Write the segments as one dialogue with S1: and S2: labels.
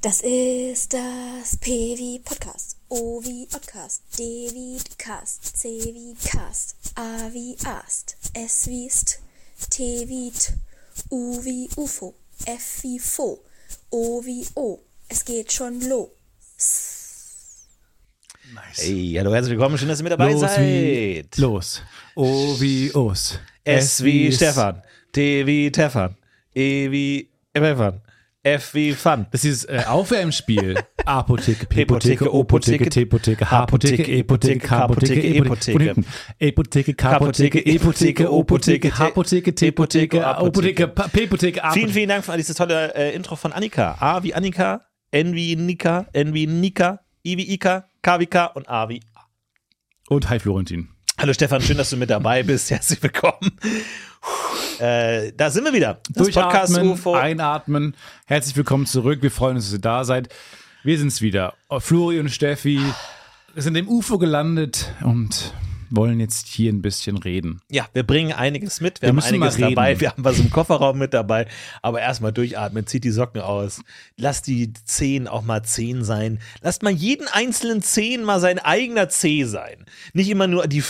S1: Das ist das P wie Podcast, O wie Podcast, D wie Cast, C wie Cast, A wie Ast, S wie St, T wie T, U wie UFO, F wie Fo, O wie O. Es geht schon los.
S2: Nice.
S3: Hey, hallo, herzlich willkommen, schön, dass ihr mit dabei
S2: los
S3: seid.
S2: wie los. O wie Os.
S3: S wie Stefan, T wie Tefan, E wie Stefan, F wie Fun.
S2: Das ist dieses äh, Aufwärmspiel. Apotheke,
S3: P-Potheke,
S2: P-Potheke, O-Potheke, T-Potheke, H-Potheke, E-Potheke, K-Potheke, E-Potheke, E-Potheke, K-Potheke, E-Potheke, O-Potheke, H-Potheke, T-Potheke, A-Potheke, P-Potheke,
S3: Vielen,
S2: A-Potheke.
S3: vielen Dank für dieses tolle äh, Intro von Annika. A wie Annika, N wie Nika, N wie Nika, I wie Ika, K wie K und A wie A.
S2: Und hi Florentin.
S3: Hallo Stefan, schön, dass du mit dabei bist. Herzlich willkommen. Äh, da sind wir wieder. Das Podcast
S2: Durchatmen,
S3: UFO.
S2: einatmen. Herzlich willkommen zurück. Wir freuen uns, dass ihr da seid. Wir sind's wieder. Flori und Steffi sind im UFO gelandet und wollen jetzt hier ein bisschen reden.
S3: Ja, wir bringen einiges mit. Wir,
S2: Wir
S3: haben
S2: müssen
S3: einiges
S2: mal reden.
S3: dabei. Wir haben was im Kofferraum mit dabei. Aber erstmal durchatmen, zieht die Socken aus. Lasst die Zehen auch mal Zehen sein. Lasst mal jeden einzelnen Zehen mal sein eigener Zeh sein. Nicht immer nur die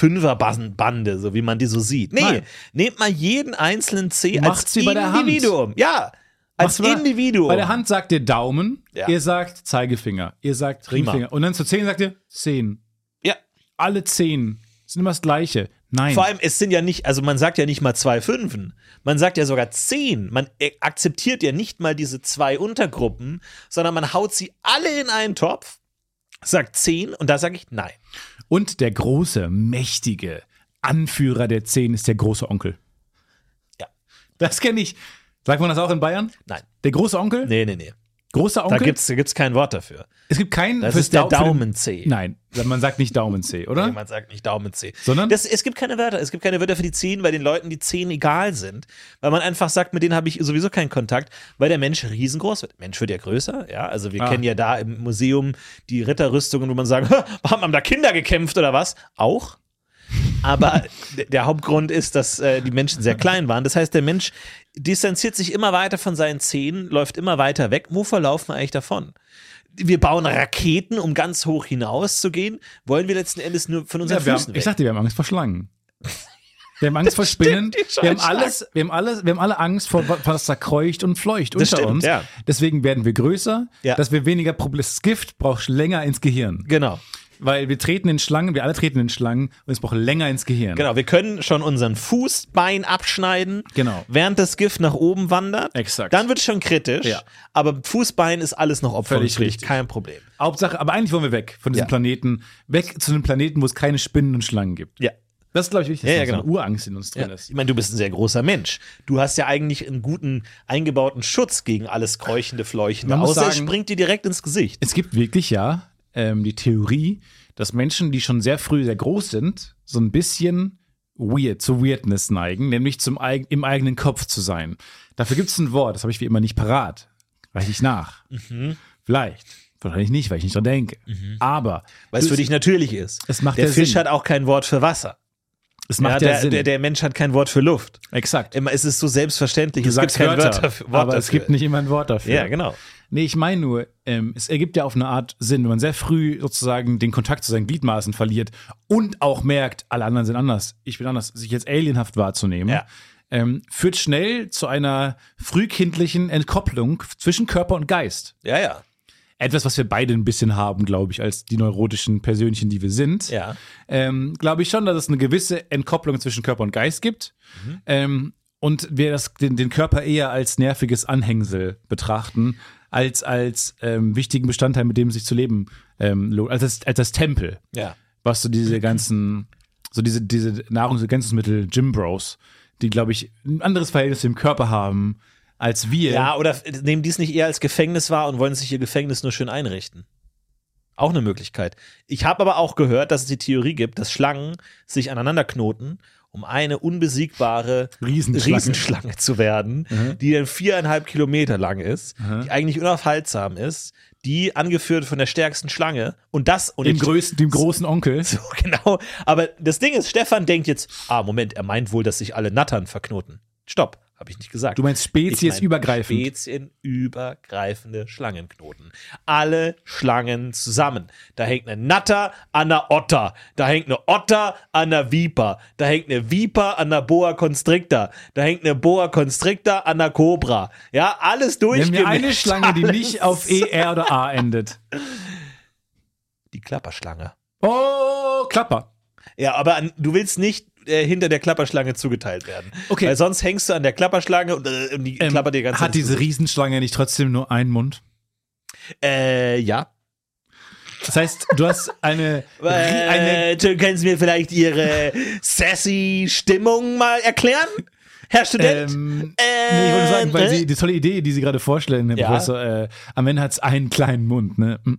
S3: Fünferbande, so wie man die so sieht. Nee,
S2: Nein.
S3: nehmt mal jeden einzelnen Zeh als
S2: Macht's wie bei der Hand.
S3: Individuum. Ja, als
S2: Macht's mal-
S3: Individuum.
S2: Bei der Hand sagt ihr Daumen,
S3: Ja.
S2: ihr sagt Zeigefinger, ihr sagt
S3: Prima.
S2: Ringfinger. Und dann zu zehn sagt ihr Zehen.
S3: Ja.
S2: Alle zehn sind immer das Gleiche. Nein.
S3: Vor allem, es sind ja nicht, also man sagt ja nicht mal zwei Fünfen, man sagt ja sogar zehn. Man äh, akzeptiert ja nicht mal diese zwei Untergruppen, sondern man haut sie alle in einen Topf, sagt zehn und da sage ich nein.
S2: Und der große, mächtige Anführer der Zehn ist der große Onkel.
S3: Ja.
S2: Das kenne ich. Sagt man das auch in Bayern?
S3: Nein.
S2: Der große Onkel?
S3: Nee, nee, nee.
S2: Großer
S3: Da
S2: Onkel?
S3: gibt es da gibt's kein Wort dafür.
S2: es gibt keinen
S3: Das ist der
S2: Dau- für den-
S3: Daumenzeh.
S2: Nein, man sagt nicht Daumenzeh, oder?
S3: Jemand sagt nicht Daumenzeh.
S2: Sondern?
S3: Das, es gibt keine Wörter. Es gibt keine Wörter für die Zehen, weil den Leuten die Zehen egal sind. Weil man einfach sagt, mit denen habe ich sowieso keinen Kontakt, weil der Mensch riesengroß wird. Mensch wird ja größer, ja. Also wir
S2: Ah.
S3: kennen ja da im Museum die Ritterrüstungen, wo man sagt, haben, haben da Kinder gekämpft oder was? Auch. Aber d- der Hauptgrund ist, dass äh, die Menschen sehr klein waren. Das heißt, der Mensch distanziert sich immer weiter von seinen Zähnen, läuft immer weiter weg. Wovor laufen wir eigentlich davon? Wir bauen Raketen, um ganz hoch hinaus zu gehen. Wollen wir letzten Endes nur von unseren
S2: Ja, wir
S3: Füßen
S2: haben, ich
S3: weg?
S2: dachte, wir haben Angst vor Schlangen. Wir haben Angst vor Spinnen.
S3: stimmt, die
S2: wir, haben
S3: Scheißschlangen.
S2: alles, wir, haben alles, wir haben alle Angst vor, wa- was da kreucht und fleucht unter
S3: stimmt,
S2: uns.
S3: ja.
S2: Deswegen werden wir größer,
S3: Ja.
S2: dass wir weniger Probleme. Das Gift braucht länger ins Gehirn.
S3: Genau,
S2: Weil wir treten in Schlangen, wir alle treten in Schlangen und es braucht länger ins Gehirn.
S3: genau. Wir können schon unseren Fußbein abschneiden,
S2: Genau.
S3: während das Gift nach oben wandert.
S2: Exakt.
S3: Dann wird es schon kritisch,
S2: Ja.
S3: aber Fußbein ist alles noch opferungsfähig,
S2: richtig.
S3: kein Problem.
S2: Hauptsache, aber eigentlich wollen wir weg von diesem
S3: Ja.
S2: Planeten. Weg zu einem Planeten, wo es keine Spinnen und Schlangen gibt.
S3: Ja.
S2: Das ist, glaube ich, wichtig, dass
S3: Ja, ja,
S2: noch so eine Urangst in uns drin
S3: Ja.
S2: ist.
S3: Ich meine, du bist ein sehr großer Mensch. Du hast ja eigentlich einen guten eingebauten Schutz gegen alles kräuchende, fleuchende.
S2: Man muss
S3: Außer es
S2: sagen-
S3: springt dir direkt ins Gesicht.
S2: Es gibt wirklich ja ähm, die Theorie, dass Menschen, die schon sehr früh sehr groß sind, so ein bisschen weird, zu Weirdness neigen, nämlich zum eig im eigenen Kopf zu sein. Dafür gibt es ein Wort, das habe ich wie immer nicht parat. Reiche ich nach.
S3: Mhm.
S2: Vielleicht. Wahrscheinlich nicht, weil ich nicht dran denke. Aber
S3: Weil es
S2: du-
S3: für dich natürlich ist.
S2: Es macht
S3: der
S2: ja
S3: Fisch
S2: Sinn.
S3: hat auch kein Wort für Wasser.
S2: es macht ja,
S3: der,
S2: Sinn.
S3: Der, der Mensch hat kein Wort für Luft.
S2: Exakt.
S3: Immer ist es so selbstverständlich.
S2: Du
S3: es
S2: sagst
S3: gibt kein
S2: Wörter,
S3: Wörter für, Wort
S2: aber es
S3: dafür.
S2: gibt nicht immer ein Wort dafür.
S3: Ja, genau.
S2: Nee, ich meine nur, ähm, es ergibt ja auf eine Art Sinn, wenn man sehr früh sozusagen den Kontakt zu seinen Gliedmaßen verliert und auch merkt, alle anderen sind anders, ich bin anders, sich jetzt alienhaft wahrzunehmen,
S3: Ja.
S2: ähm, führt schnell zu einer frühkindlichen Entkopplung zwischen Körper und Geist.
S3: Ja, ja.
S2: Etwas, was wir beide ein bisschen haben, glaube ich, als die neurotischen Persönchen, die wir sind.
S3: Ja.
S2: Ähm, glaube ich schon, dass es eine gewisse Entkopplung zwischen Körper und Geist gibt.
S3: Mhm.
S2: Ähm, und wir das, den, den Körper eher als nerviges Anhängsel betrachten, als als ähm, wichtigen Bestandteil, mit dem sich zu leben ähm, lohnt, als das, als das Tempel,
S3: Ja.
S2: was so diese ganzen, so diese, diese Nahrungsergänzungsmittel, Gym Bros, die, glaube ich, ein anderes Verhältnis zum Körper haben als wir.
S3: Ja, oder f- nehmen die es nicht eher als Gefängnis wahr und wollen sich ihr Gefängnis nur schön einrichten. Auch eine Möglichkeit. Ich habe aber auch gehört, dass es die Theorie gibt, dass Schlangen sich aneinander knoten, um eine unbesiegbare
S2: Riesenschlange. Mhm.
S3: Riesenschlange zu werden, die dann viereinhalb Kilometer lang ist, die eigentlich unaufhaltsam ist, die angeführt von der stärksten Schlange und das und
S2: Dem,
S3: jetzt-
S2: größten, dem großen Onkel.
S3: so genau. Aber das Ding ist, Stefan denkt jetzt, ah Moment, er meint wohl, dass sich alle Nattern verknoten. Stopp. Habe ich nicht gesagt.
S2: Du meinst speziesübergreifend.
S3: Spezienübergreifende Schlangenknoten. Alle Schlangen zusammen. Da hängt eine Natter an der Otter. Da hängt eine Otter an der Viper. Da hängt eine Viper an der Boa Constrictor. Da hängt eine Boa Constrictor an der Cobra. Ja, alles
S2: Nenn
S3: durchgemischt.
S2: mir eine Schlange, die
S3: alles.
S2: nicht auf E, R oder A endet.
S3: Die Klapperschlange.
S2: Oh, Klapper.
S3: Ja, aber an, du willst nicht äh, hinter der Klapperschlange zugeteilt werden.
S2: Okay.
S3: Weil sonst hängst du an der Klapperschlange und, äh, und die
S2: Ähm,
S3: klappert dir ganz
S2: hat diese Riesenschlange nicht trotzdem nur einen Mund?
S3: Äh, ja.
S2: Das heißt, du hast eine, ri- eine
S3: Äh, du kannst mir vielleicht Ihre sassy Stimmung mal erklären, Herr Student?
S2: ähm,
S3: Äh,
S2: nee, ich wollte sagen, weil
S3: ne?
S2: sie, die tolle Idee, die sie gerade vorstellen, Herr
S3: Ja.
S2: Professor, äh, am Ende hat es einen kleinen Mund, ne? Hm.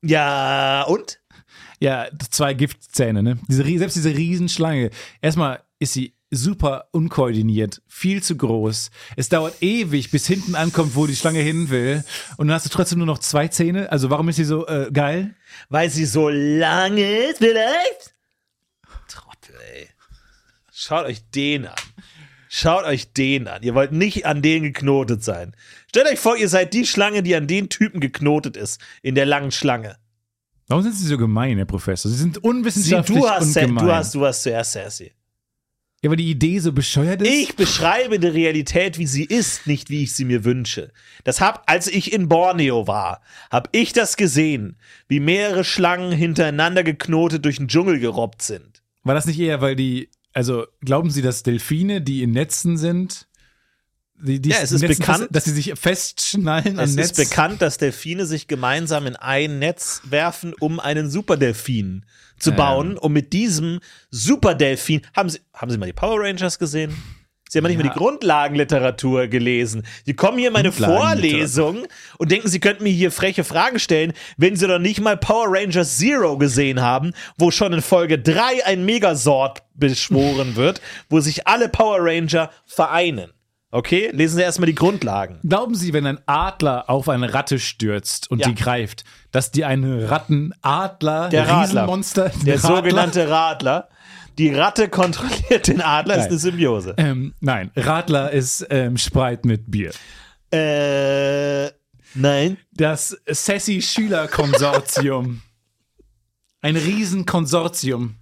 S3: ja, und?
S2: Ja, zwei Giftzähne, ne? Diese, rie- selbst diese Riesenschlange. Erstmal ist sie super unkoordiniert, viel zu groß. Es dauert ewig, bis hinten ankommt, wo die Schlange hin will. Und dann hast du trotzdem nur noch zwei Zähne. Also warum ist sie so äh, geil?
S3: Weil sie so lang ist, vielleicht? Trottel, ey. Schaut euch den an. Schaut euch den an. Ihr wollt nicht an den geknotet sein. Stellt euch vor, ihr seid die Schlange, die an den Typen geknotet ist. In der langen Schlange.
S2: Warum sind sie so gemein, Herr Professor? Sie sind
S3: Sie,
S2: unwissenschaftlich
S3: du, hast,
S2: und
S3: du,
S2: gemein.
S3: hast, du hast zuerst sassy.
S2: ja, weil die Idee so bescheuert ist.
S3: Ich beschreibe die Realität, wie sie ist, nicht wie ich sie mir wünsche. Das hab, als ich in Borneo war, hab ich das gesehen, wie mehrere Schlangen hintereinander geknotet durch den Dschungel gerobbt sind.
S2: War das nicht eher, weil die, also glauben Sie, dass Delfine, die in Netzen sind, die, die
S3: Ja, es ist
S2: Netzen,
S3: bekannt.
S2: dass, dass sie sich festschnallen
S3: Es
S2: am Netz?
S3: ist bekannt, dass Delfine sich gemeinsam in ein Netz werfen, um einen Superdelfin zu bauen. Und mit diesem Superdelfin haben Sie, haben Sie mal die Power Rangers gesehen? Sie haben ja nicht mal die Grundlagenliteratur gelesen. Sie kommen hier in meine
S2: Grundlagenliteratur.
S3: Vorlesung und denken, Sie könnten mir hier freche Fragen stellen, wenn Sie doch nicht mal Power Rangers Zero gesehen haben, wo schon in Folge 3 ein Megasort beschworen wird, wo sich alle Power Ranger vereinen. Okay, lesen Sie erstmal die Grundlagen.
S2: Glauben Sie, wenn ein Adler auf eine Ratte stürzt und
S3: Ja.
S2: die greift, dass die eine Rattenadler,
S3: Der Radler.
S2: Riesenmonster,
S3: Der
S2: Radler-
S3: sogenannte Radler. Die Ratte kontrolliert den Adler, ist
S2: Nein.
S3: eine Symbiose.
S2: Ähm, nein, Radler ist ähm, Spreit mit Bier.
S3: Äh, nein.
S2: Das Sassy-Schüler-Konsortium. Ein Riesenkonsortium.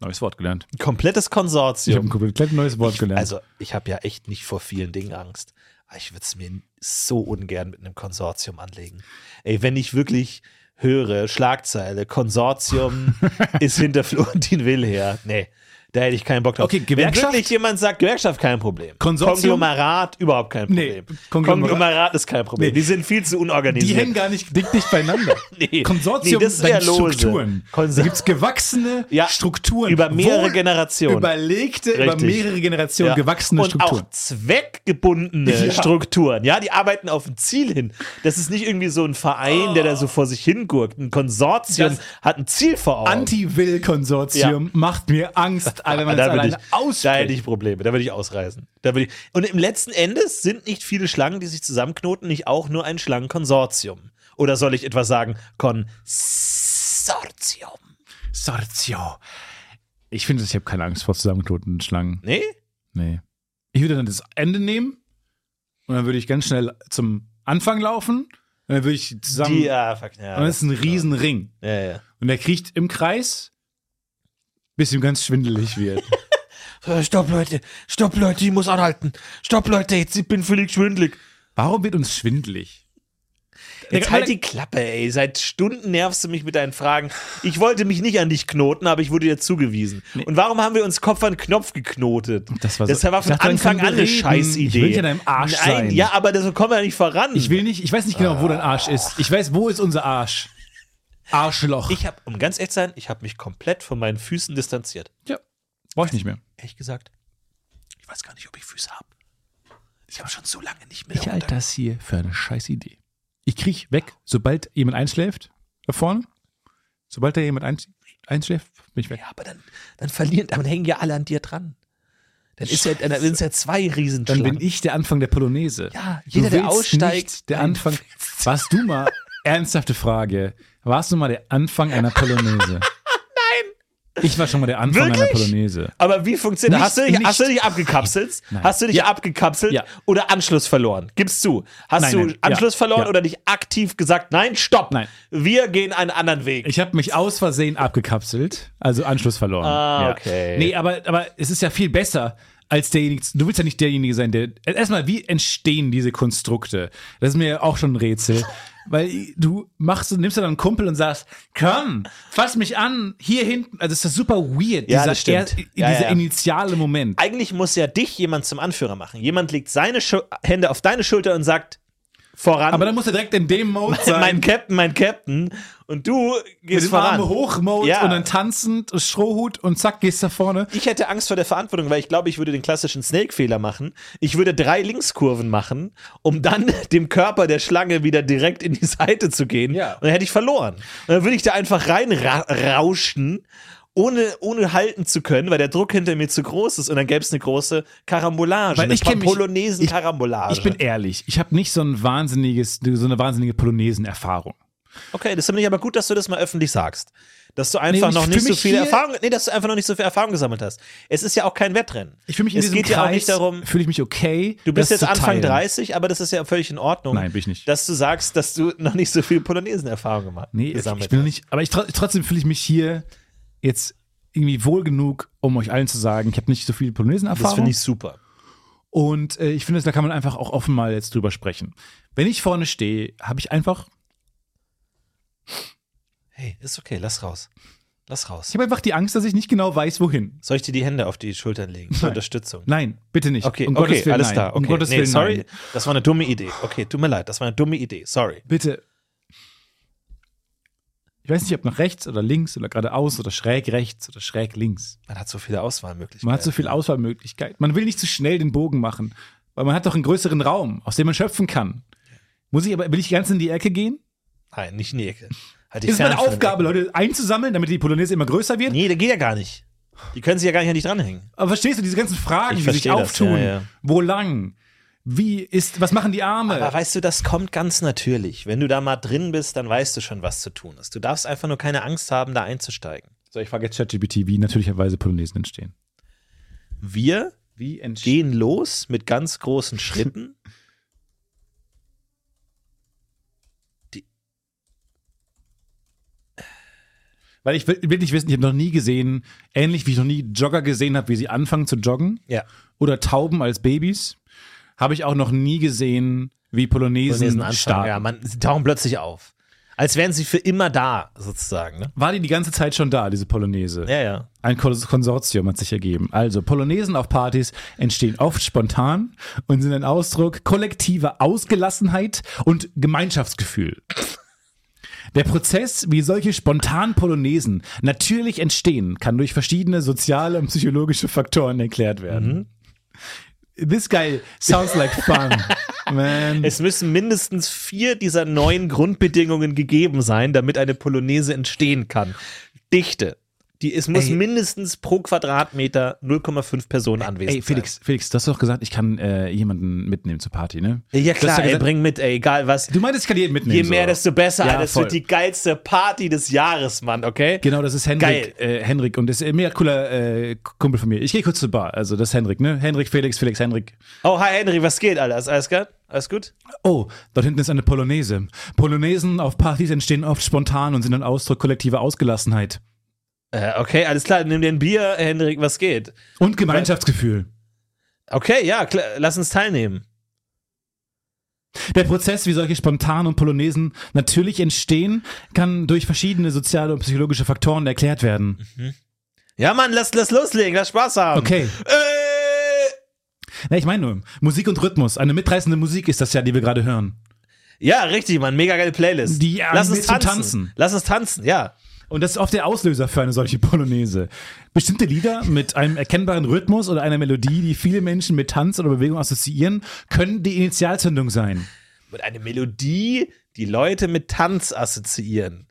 S2: Neues Wort gelernt.
S3: Komplettes
S2: Ich habe
S3: Konsortium.
S2: ein komplett neues Wort gelernt.
S3: also, ich habe ja echt nicht vor vielen Dingen Angst. Aber ich würde es mir so ungern mit einem Konsortium anlegen. Ey, wenn ich wirklich höre, Schlagzeile, Konsortium ist hinter Florentin Will her. Nee, da hätte ich keinen Bock drauf.
S2: Okay,
S3: Wenn
S2: Gewerkschaft?
S3: wirklich jemand sagt, Gewerkschaft kein Problem.
S2: Konsortium?
S3: Konglomerat überhaupt kein
S2: Nee,
S3: Problem.
S2: Konglomerat-
S3: Konglomerat ist kein Problem.
S2: Nee.
S3: Die sind viel zu
S2: Die
S3: unorganisiert.
S2: hängen gar nicht dick dicht beieinander.
S3: Also, Nee,
S2: Konsortium
S3: nee, das ist
S2: sind
S3: eher lose.
S2: Strukturen.
S3: Konso-
S2: da gibt es gewachsene
S3: Ja,
S2: Strukturen.
S3: über mehrere
S2: Wohl
S3: Generationen.
S2: Überlegte, über
S3: Richtig.
S2: mehrere Generationen
S3: Ja.
S2: gewachsene
S3: und
S2: Strukturen.
S3: auch zweckgebundene
S2: Ja.
S3: Strukturen. Ja, die arbeiten auf ein Ziel hin. Das ist nicht irgendwie so ein Verein, der da so vor sich hingurkt. Ein Konsortium
S2: Das-
S3: hat ein Ziel vor Augen.
S2: Anti-Will-Konsortium macht mir Angst, alle wenn es
S3: da, würd
S2: alleine
S3: ich, da hätte
S2: ausspricht.
S3: ich Probleme, da würde ich ausreißen. Da würd ich, und im letzten Endes sind nicht viele Schlangen, die sich zusammenknoten, nicht auch nur ein Schlangenkonsortium. Oder soll ich etwas sagen? Konsortium.
S2: Sortio. Ich finde, ich habe keine Angst vor zusammenknotenden Schlangen.
S3: Nee?
S2: Nee. Ich würde dann das Ende nehmen und dann würde ich ganz schnell zum Anfang laufen und dann würde ich zusammen.
S3: Die, ah, fuck, ja.
S2: und dann ist ein Riesenring.
S3: ja, ja.
S2: Und er kriecht im Kreis, bis ihm ganz schwindelig wird.
S3: Äh, Stopp, Leute. Stopp, Leute, ich muss anhalten. Stopp, Leute, jetzt ich bin völlig schwindlig.
S2: Warum wird uns schwindelig?
S3: Jetzt halt die Klappe, ey. Seit Stunden nervst du mich mit deinen Fragen. Ich wollte mich nicht an dich knoten, aber ich wurde dir zugewiesen. Und warum haben wir uns Kopf an Knopf geknotet?
S2: Das war
S3: war
S2: so- Ich
S3: von
S2: dachte, dann
S3: Anfang
S2: können
S3: an eine
S2: wir reden.
S3: Scheißidee.
S2: Ich will nicht in deinem Arsch
S3: Nein,
S2: sein.
S3: ja, aber das kommen wir ja nicht voran.
S2: Ich will nicht, ich weiß nicht genau, wo dein Arsch ist. Ich weiß, wo ist unser Arsch? Arschloch.
S3: Ich habe, um ganz ehrlich zu sein, ich habe mich komplett von meinen Füßen distanziert.
S2: ja, brauche ich nicht mehr.
S3: Ehrlich gesagt, ich weiß gar nicht, ob ich Füße habe. Ich habe schon so lange nicht mehr.
S2: halte das hier für eine scheiß Idee. Ich kriech weg, sobald jemand einschläft, da vorne. Sobald da jemand einsch- einschläft, bin ich weg.
S3: Ja, aber dann, dann verlieren, dann hängen ja alle an dir dran. Dann ist ja, dann sind es ja zwei
S2: Dann
S3: Riesenschlangen.
S2: bin ich der Anfang der Polonaise.
S3: Ja,
S2: Du
S3: jeder, der
S2: willst
S3: aussteigt-
S2: Nicht der Anfang. Warst du mal, ernsthafte Frage, warst du mal der Anfang einer Polonaise? Nein. Ich war schon mal der Anfang einer
S3: Wirklich?
S2: Polonaise.
S3: Aber wie funktioniert
S2: Nicht-
S3: das? Hast du dich, hast du
S2: nicht-
S3: dich abgekapselt?
S2: Nein.
S3: Hast du dich
S2: Ja.
S3: abgekapselt
S2: Ja.
S3: oder Anschluss verloren? Gib's zu. Hast
S2: Nein,
S3: du
S2: nein. Ja.
S3: Anschluss verloren
S2: Ja.
S3: oder dich aktiv gesagt, nein, stopp,
S2: Nein.
S3: wir gehen einen anderen Weg?
S2: Ich habe mich aus Versehen abgekapselt, also Anschluss verloren.
S3: Ah,
S2: ja.
S3: okay.
S2: Nee, aber, aber es ist ja viel besser als derjenige. Du willst ja nicht derjenige sein, der. Erstmal, wie entstehen diese Konstrukte? Das ist mir auch schon ein Rätsel. Weil du machst, nimmst dann einen Kumpel und sagst, komm, fass mich an, hier hinten. Also, es ist super weird,
S3: Ja,
S2: dieser,
S3: das stimmt.
S2: er-
S3: Ja,
S2: dieser
S3: ja.
S2: initiale Moment.
S3: Eigentlich muss ja dich jemand zum Anführer machen. Jemand legt seine Schu Hände auf deine Schulter und sagt, voran,
S2: Aber dann musst du direkt in dem Mode sein.
S3: mein Captain, mein Captain. Und du
S2: mit
S3: gehst
S2: dem Arme
S3: voran.
S2: hoch Mode
S3: Ja.
S2: und dann tanzend, Strohhut und zack, gehst da vorne.
S3: Ich hätte Angst vor der Verantwortung, weil ich glaube, ich würde den klassischen Snake-Fehler machen. Ich würde drei Linkskurven machen, um dann dem Körper der Schlange wieder direkt in die Seite zu gehen.
S2: Ja.
S3: Und dann hätte ich verloren. Und dann würde ich da einfach reinrauschen, ohne, ohne halten zu können, weil der Druck hinter mir zu groß ist. Und dann gäbe es eine große Karambolage.
S2: Weil
S3: eine
S2: ich kenn mich-
S3: Polonesen-Karambolage.
S2: Ich bin ehrlich, ich habe nicht so ein wahnsinniges, so eine wahnsinnige Polonesen-Erfahrung.
S3: Okay, das finde ich aber gut, dass du das mal öffentlich sagst. Dass du einfach
S2: ich-
S3: noch
S2: für
S3: nicht so
S2: mich
S3: viel
S2: hier-
S3: Erfahrung, nee, dass du einfach noch nicht so viel Erfahrung gesammelt hast. Es ist ja auch kein Wettrennen.
S2: Ich fühle mich in
S3: es
S2: diesem
S3: geht
S2: Kreis,
S3: ja auch nicht darum.
S2: fühle ich mich okay.
S3: Du bist jetzt
S2: das zu
S3: Anfang
S2: teilen.
S3: 30, aber das ist ja völlig in Ordnung.
S2: Nein, bin ich nicht.
S3: Dass du sagst, dass du noch nicht so viel Polonesen-Erfahrung gemacht
S2: Nee, ich,
S3: gesammelt
S2: ich bin noch
S3: hast.
S2: nicht, aber ich, tr- trotzdem fühle ich mich hier jetzt irgendwie wohl genug, um euch allen zu sagen, ich habe nicht so viel
S3: Das
S2: Polonesen-Erfahrung.
S3: finde ich super.
S2: Und äh, ich finde, da kann man einfach auch offen mal jetzt drüber sprechen. Wenn ich vorne stehe, habe ich einfach,
S3: Hey, ist okay, lass raus. Lass raus.
S2: ich habe einfach die Angst, dass ich nicht genau weiß, wohin.
S3: Soll ich dir die Hände auf die Schultern legen? Zur Unterstützung.
S2: Nein, bitte nicht.
S3: Okay,
S2: um
S3: okay,
S2: Gottes Willen,
S3: alles
S2: nein.
S3: klar. Okay.
S2: Um Gottes
S3: nee,
S2: Willen,
S3: sorry,
S2: Nein.
S3: das war eine dumme Idee. Okay, tut mir leid, das war eine dumme Idee. Sorry.
S2: Bitte. Ich weiß nicht, ob nach rechts oder links oder geradeaus oder schräg rechts oder schräg links.
S3: Man hat so viele Auswahlmöglichkeiten.
S2: Man hat so viel Auswahlmöglichkeit. Man will nicht zu schnell den Bogen machen, weil man hat doch einen größeren Raum, aus dem man schöpfen kann. Muss ich aber, will ich ganz in die Ecke gehen?
S3: Nein, nicht in die Ecke. Halt dich
S2: Ist es meine
S3: fern von den
S2: Aufgabe,
S3: Ecken.
S2: Leute einzusammeln, damit die Polonaise immer größer wird?
S3: Nee, der geht ja gar nicht. Die können sich ja gar nicht an dich dranhängen.
S2: Aber verstehst du diese ganzen Fragen,
S3: Ich
S2: die sich
S3: verstehe das,
S2: auftun?
S3: ja, ja.
S2: Wo lang? Wie ist, was machen die Arme?
S3: Aber weißt du, das kommt ganz natürlich. Wenn du da mal drin bist, dann weißt du schon, was zu tun ist. Du darfst einfach nur keine Angst haben, da einzusteigen.
S2: so, ich frage jetzt ChatGPT, wie natürlicherweise Polonaisen entstehen.
S3: Wir
S2: Wie entstehen?
S3: gehen los mit ganz großen Schritten.
S2: Weil ich will, will nicht wissen, ich habe noch nie gesehen, ähnlich wie ich noch nie Jogger gesehen habe, wie sie anfangen zu joggen.
S3: ja.
S2: oder Tauben als Babys habe ich auch noch nie gesehen, wie Polonesen,
S3: Anfang.
S2: starten.
S3: Ja, man, sie tauchen plötzlich auf. Als wären sie für immer da, sozusagen. Ne?
S2: War die die ganze Zeit schon da, diese Polonaise?
S3: Ja, ja.
S2: Ein Kons- Konsortium hat sich ergeben. Also, Polonesen auf Partys entstehen oft spontan und sind ein Ausdruck kollektiver Ausgelassenheit und Gemeinschaftsgefühl. Der Prozess, wie solche spontanen Polonesen natürlich entstehen, kann durch verschiedene soziale und psychologische Faktoren erklärt werden. This guy sounds like fun, man.
S3: Mhm. Es müssen mindestens vier dieser neuen Grundbedingungen gegeben sein, damit eine Polonaise entstehen kann. Dichte. Die, es muss
S2: Ey.
S3: mindestens pro Quadratmeter 0,5 Personen anwesend
S2: Ey, Felix, Felix, du hast doch gesagt, ich kann äh, jemanden mitnehmen zur Party, ne?
S3: sein. Ja,
S2: Du hast
S3: klar,
S2: doch
S3: ey,
S2: gesagt,
S3: bring mit, ey, egal was.
S2: du meintest, ich kann jeden mitnehmen.
S3: Je mehr,
S2: so.
S3: desto besser.
S2: Ja,
S3: Alter. das
S2: voll.
S3: wird die geilste Party des Jahres, Mann, okay?
S2: Genau, das ist Henrik. Äh, Henrik und das ist ein mega cooler äh, Kumpel von mir. Ich gehe kurz zur Bar. Also, das ist Henrik, ne? Henrik, Felix, Felix, Henrik.
S3: Oh, hi Henry, was geht, Alter? Ist alles gut? Alles gut?
S2: Oh, dort hinten ist eine Polonaise. Polonaisen auf Partys entstehen oft spontan und sind ein Ausdruck kollektiver Ausgelassenheit
S3: Äh, okay, alles klar, nimm dir ein Bier, Henrik, was geht?
S2: und Gemeinschaftsgefühl.
S3: Okay, ja, klar, lass uns teilnehmen.
S2: Der Prozess, wie solche spontanen und Polonesen natürlich entstehen, kann durch verschiedene soziale und psychologische Faktoren erklärt werden.
S3: Ja, Mann, lass, lass loslegen, lass Spaß haben.
S2: Okay.
S3: Äh,
S2: Na, ich meine nur, Musik und Rhythmus. Eine mitreißende Musik ist das ja, die wir gerade hören.
S3: Ja, richtig, Mann. Mega geile Playlist.
S2: Die, ähm,
S3: Lass uns
S2: willst du
S3: tanzen.
S2: tanzen?
S3: Lass uns tanzen, ja.
S2: Und das ist oft der Auslöser für eine solche Polonaise. Bestimmte Lieder mit einem erkennbaren Rhythmus oder einer Melodie, die viele Menschen mit Tanz oder Bewegung assoziieren, können die Initialzündung sein.
S3: Mit einer Melodie, die Leute mit Tanz assoziieren.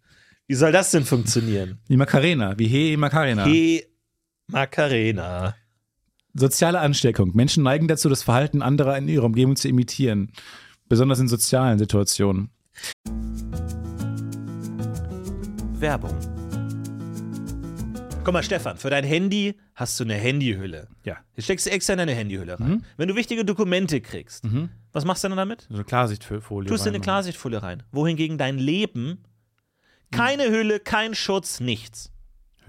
S3: Wie soll das denn funktionieren?
S2: Wie Macarena, wie Hey Macarena.
S3: Hey, Macarena.
S2: Soziale Ansteckung. Menschen neigen dazu, das Verhalten anderer in ihrer Umgebung zu imitieren. Besonders in sozialen Situationen.
S3: Werbung. Guck mal, Stefan, für dein Handy hast du eine Handyhülle.
S2: Ja.
S3: Hier steckst du extra in deine Handyhülle rein.
S2: Mhm.
S3: Wenn du wichtige Dokumente kriegst, was machst du denn damit?
S2: So eine
S3: Tust
S2: Klarsichtfolie.
S3: du in eine
S2: reinmachen.
S3: Klarsichtfolie rein. Wohingegen dein Leben keine
S2: Mhm.
S3: Hülle, kein Schutz, nichts.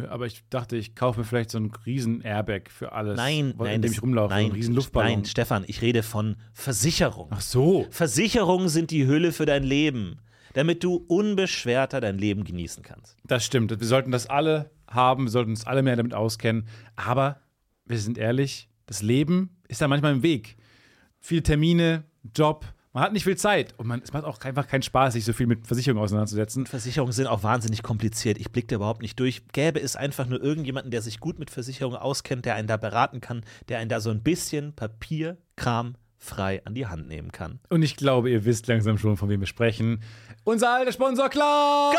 S2: Aber ich dachte, ich kaufe mir vielleicht so einen riesen Airbag für alles.
S3: Nein,
S2: weil-
S3: nein,
S2: in dem
S3: das-
S2: ich rumlaufe.
S3: Nein,
S2: so einen riesen Luftballon.
S3: nein, Stefan, ich rede von Versicherung.
S2: Ach so.
S3: Versicherungen sind die Hülle für dein Leben, damit du unbeschwerter dein Leben genießen kannst.
S2: Das stimmt. Wir sollten das alle haben, wir sollten uns alle mehr damit auskennen. Aber wir sind ehrlich, das Leben ist da manchmal im Weg. Viele Termine, Job, man hat nicht viel Zeit und man, es macht auch einfach keinen Spaß, sich so viel mit Versicherungen auseinanderzusetzen.
S3: Versicherungen sind auch wahnsinnig kompliziert. Ich blicke da überhaupt nicht durch. Gäbe es einfach nur irgendjemanden, der sich gut mit Versicherungen auskennt, der einen da beraten kann, der einen da so ein bisschen Papierkram frei an die Hand nehmen kann.
S2: Und ich glaube, ihr wisst langsam schon, von wem wir sprechen. Unser alter Sponsor Clark!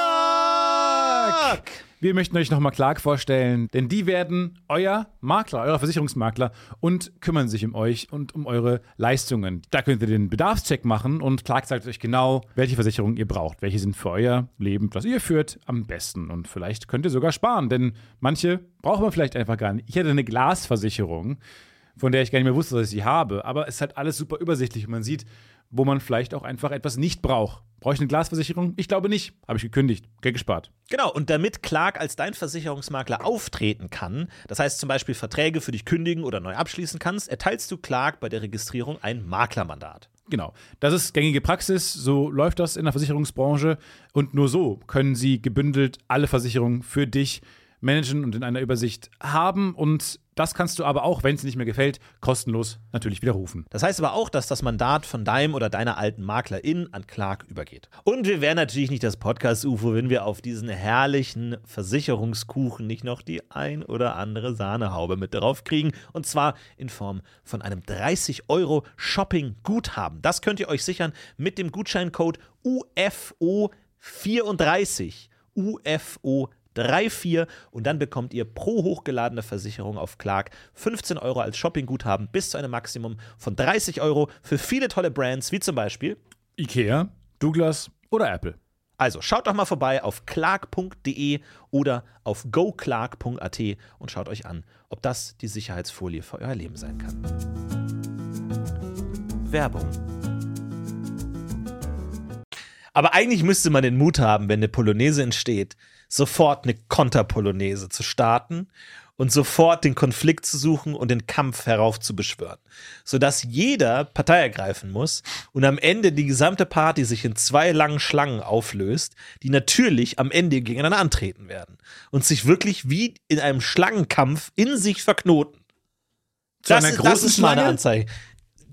S3: Clark!
S2: Wir möchten euch nochmal Clark vorstellen, denn die werden euer Makler, euer Versicherungsmakler und kümmern sich um euch und um eure Leistungen. Da könnt ihr den Bedarfscheck machen und Clark sagt euch genau, welche Versicherungen ihr braucht, welche sind für euer Leben, was ihr führt, am besten. Und vielleicht könnt ihr sogar sparen, denn manche braucht man vielleicht einfach gar nicht. Ich hatte eine Glasversicherung von der ich gar nicht mehr wusste, dass ich sie habe. Aber es ist halt alles super übersichtlich und man sieht, wo man vielleicht auch einfach etwas nicht braucht. Brauche ich eine Glasversicherung? Ich glaube nicht. Habe ich gekündigt. Geld gespart.
S3: Genau, und damit Clark als dein Versicherungsmakler auftreten kann, das heißt zum Beispiel Verträge für dich kündigen oder neu abschließen kannst, erteilst du Clark bei der Registrierung ein Maklermandat.
S2: Genau. Das ist gängige Praxis. So läuft das in der Versicherungsbranche. Und nur so können sie gebündelt alle Versicherungen für dich managen und in einer Übersicht haben. Und das kannst du aber auch, wenn es dir nicht mehr gefällt, kostenlos natürlich widerrufen.
S3: Das heißt aber auch, dass das Mandat von deinem oder deiner alten Maklerin an Clark übergeht. Und wir wären natürlich nicht das Podcast-UFO, wenn wir auf diesen herrlichen Versicherungskuchen nicht noch die ein oder andere Sahnehaube mit drauf kriegen. Und zwar in Form von einem 30-Euro-Shopping-Guthaben. Das könnt ihr euch sichern mit dem Gutscheincode UFO34. UFO 34 und dann bekommt ihr pro hochgeladene Versicherung auf Clark 15 Euro als Shoppingguthaben bis zu einem Maximum von 30 Euro für viele tolle Brands, wie zum Beispiel.
S2: Ikea, Douglas oder Apple.
S3: Also schaut doch mal vorbei auf clark.de oder auf goclark.at und schaut euch an, ob das die Sicherheitsfolie für euer Leben sein kann. Werbung. Aber eigentlich müsste man den Mut haben, wenn eine Polonaise entsteht, sofort eine Konterpolonaise zu starten und sofort den Konflikt zu suchen und den Kampf heraufzubeschwören, sodass jeder Partei ergreifen muss und am Ende die gesamte Party sich in zwei langen Schlangen auflöst, die natürlich am Ende gegeneinander antreten werden und sich wirklich wie in einem Schlangenkampf in sich verknoten.
S2: Zu einer großen
S3: ist meine
S2: Schlange?
S3: Anzeige.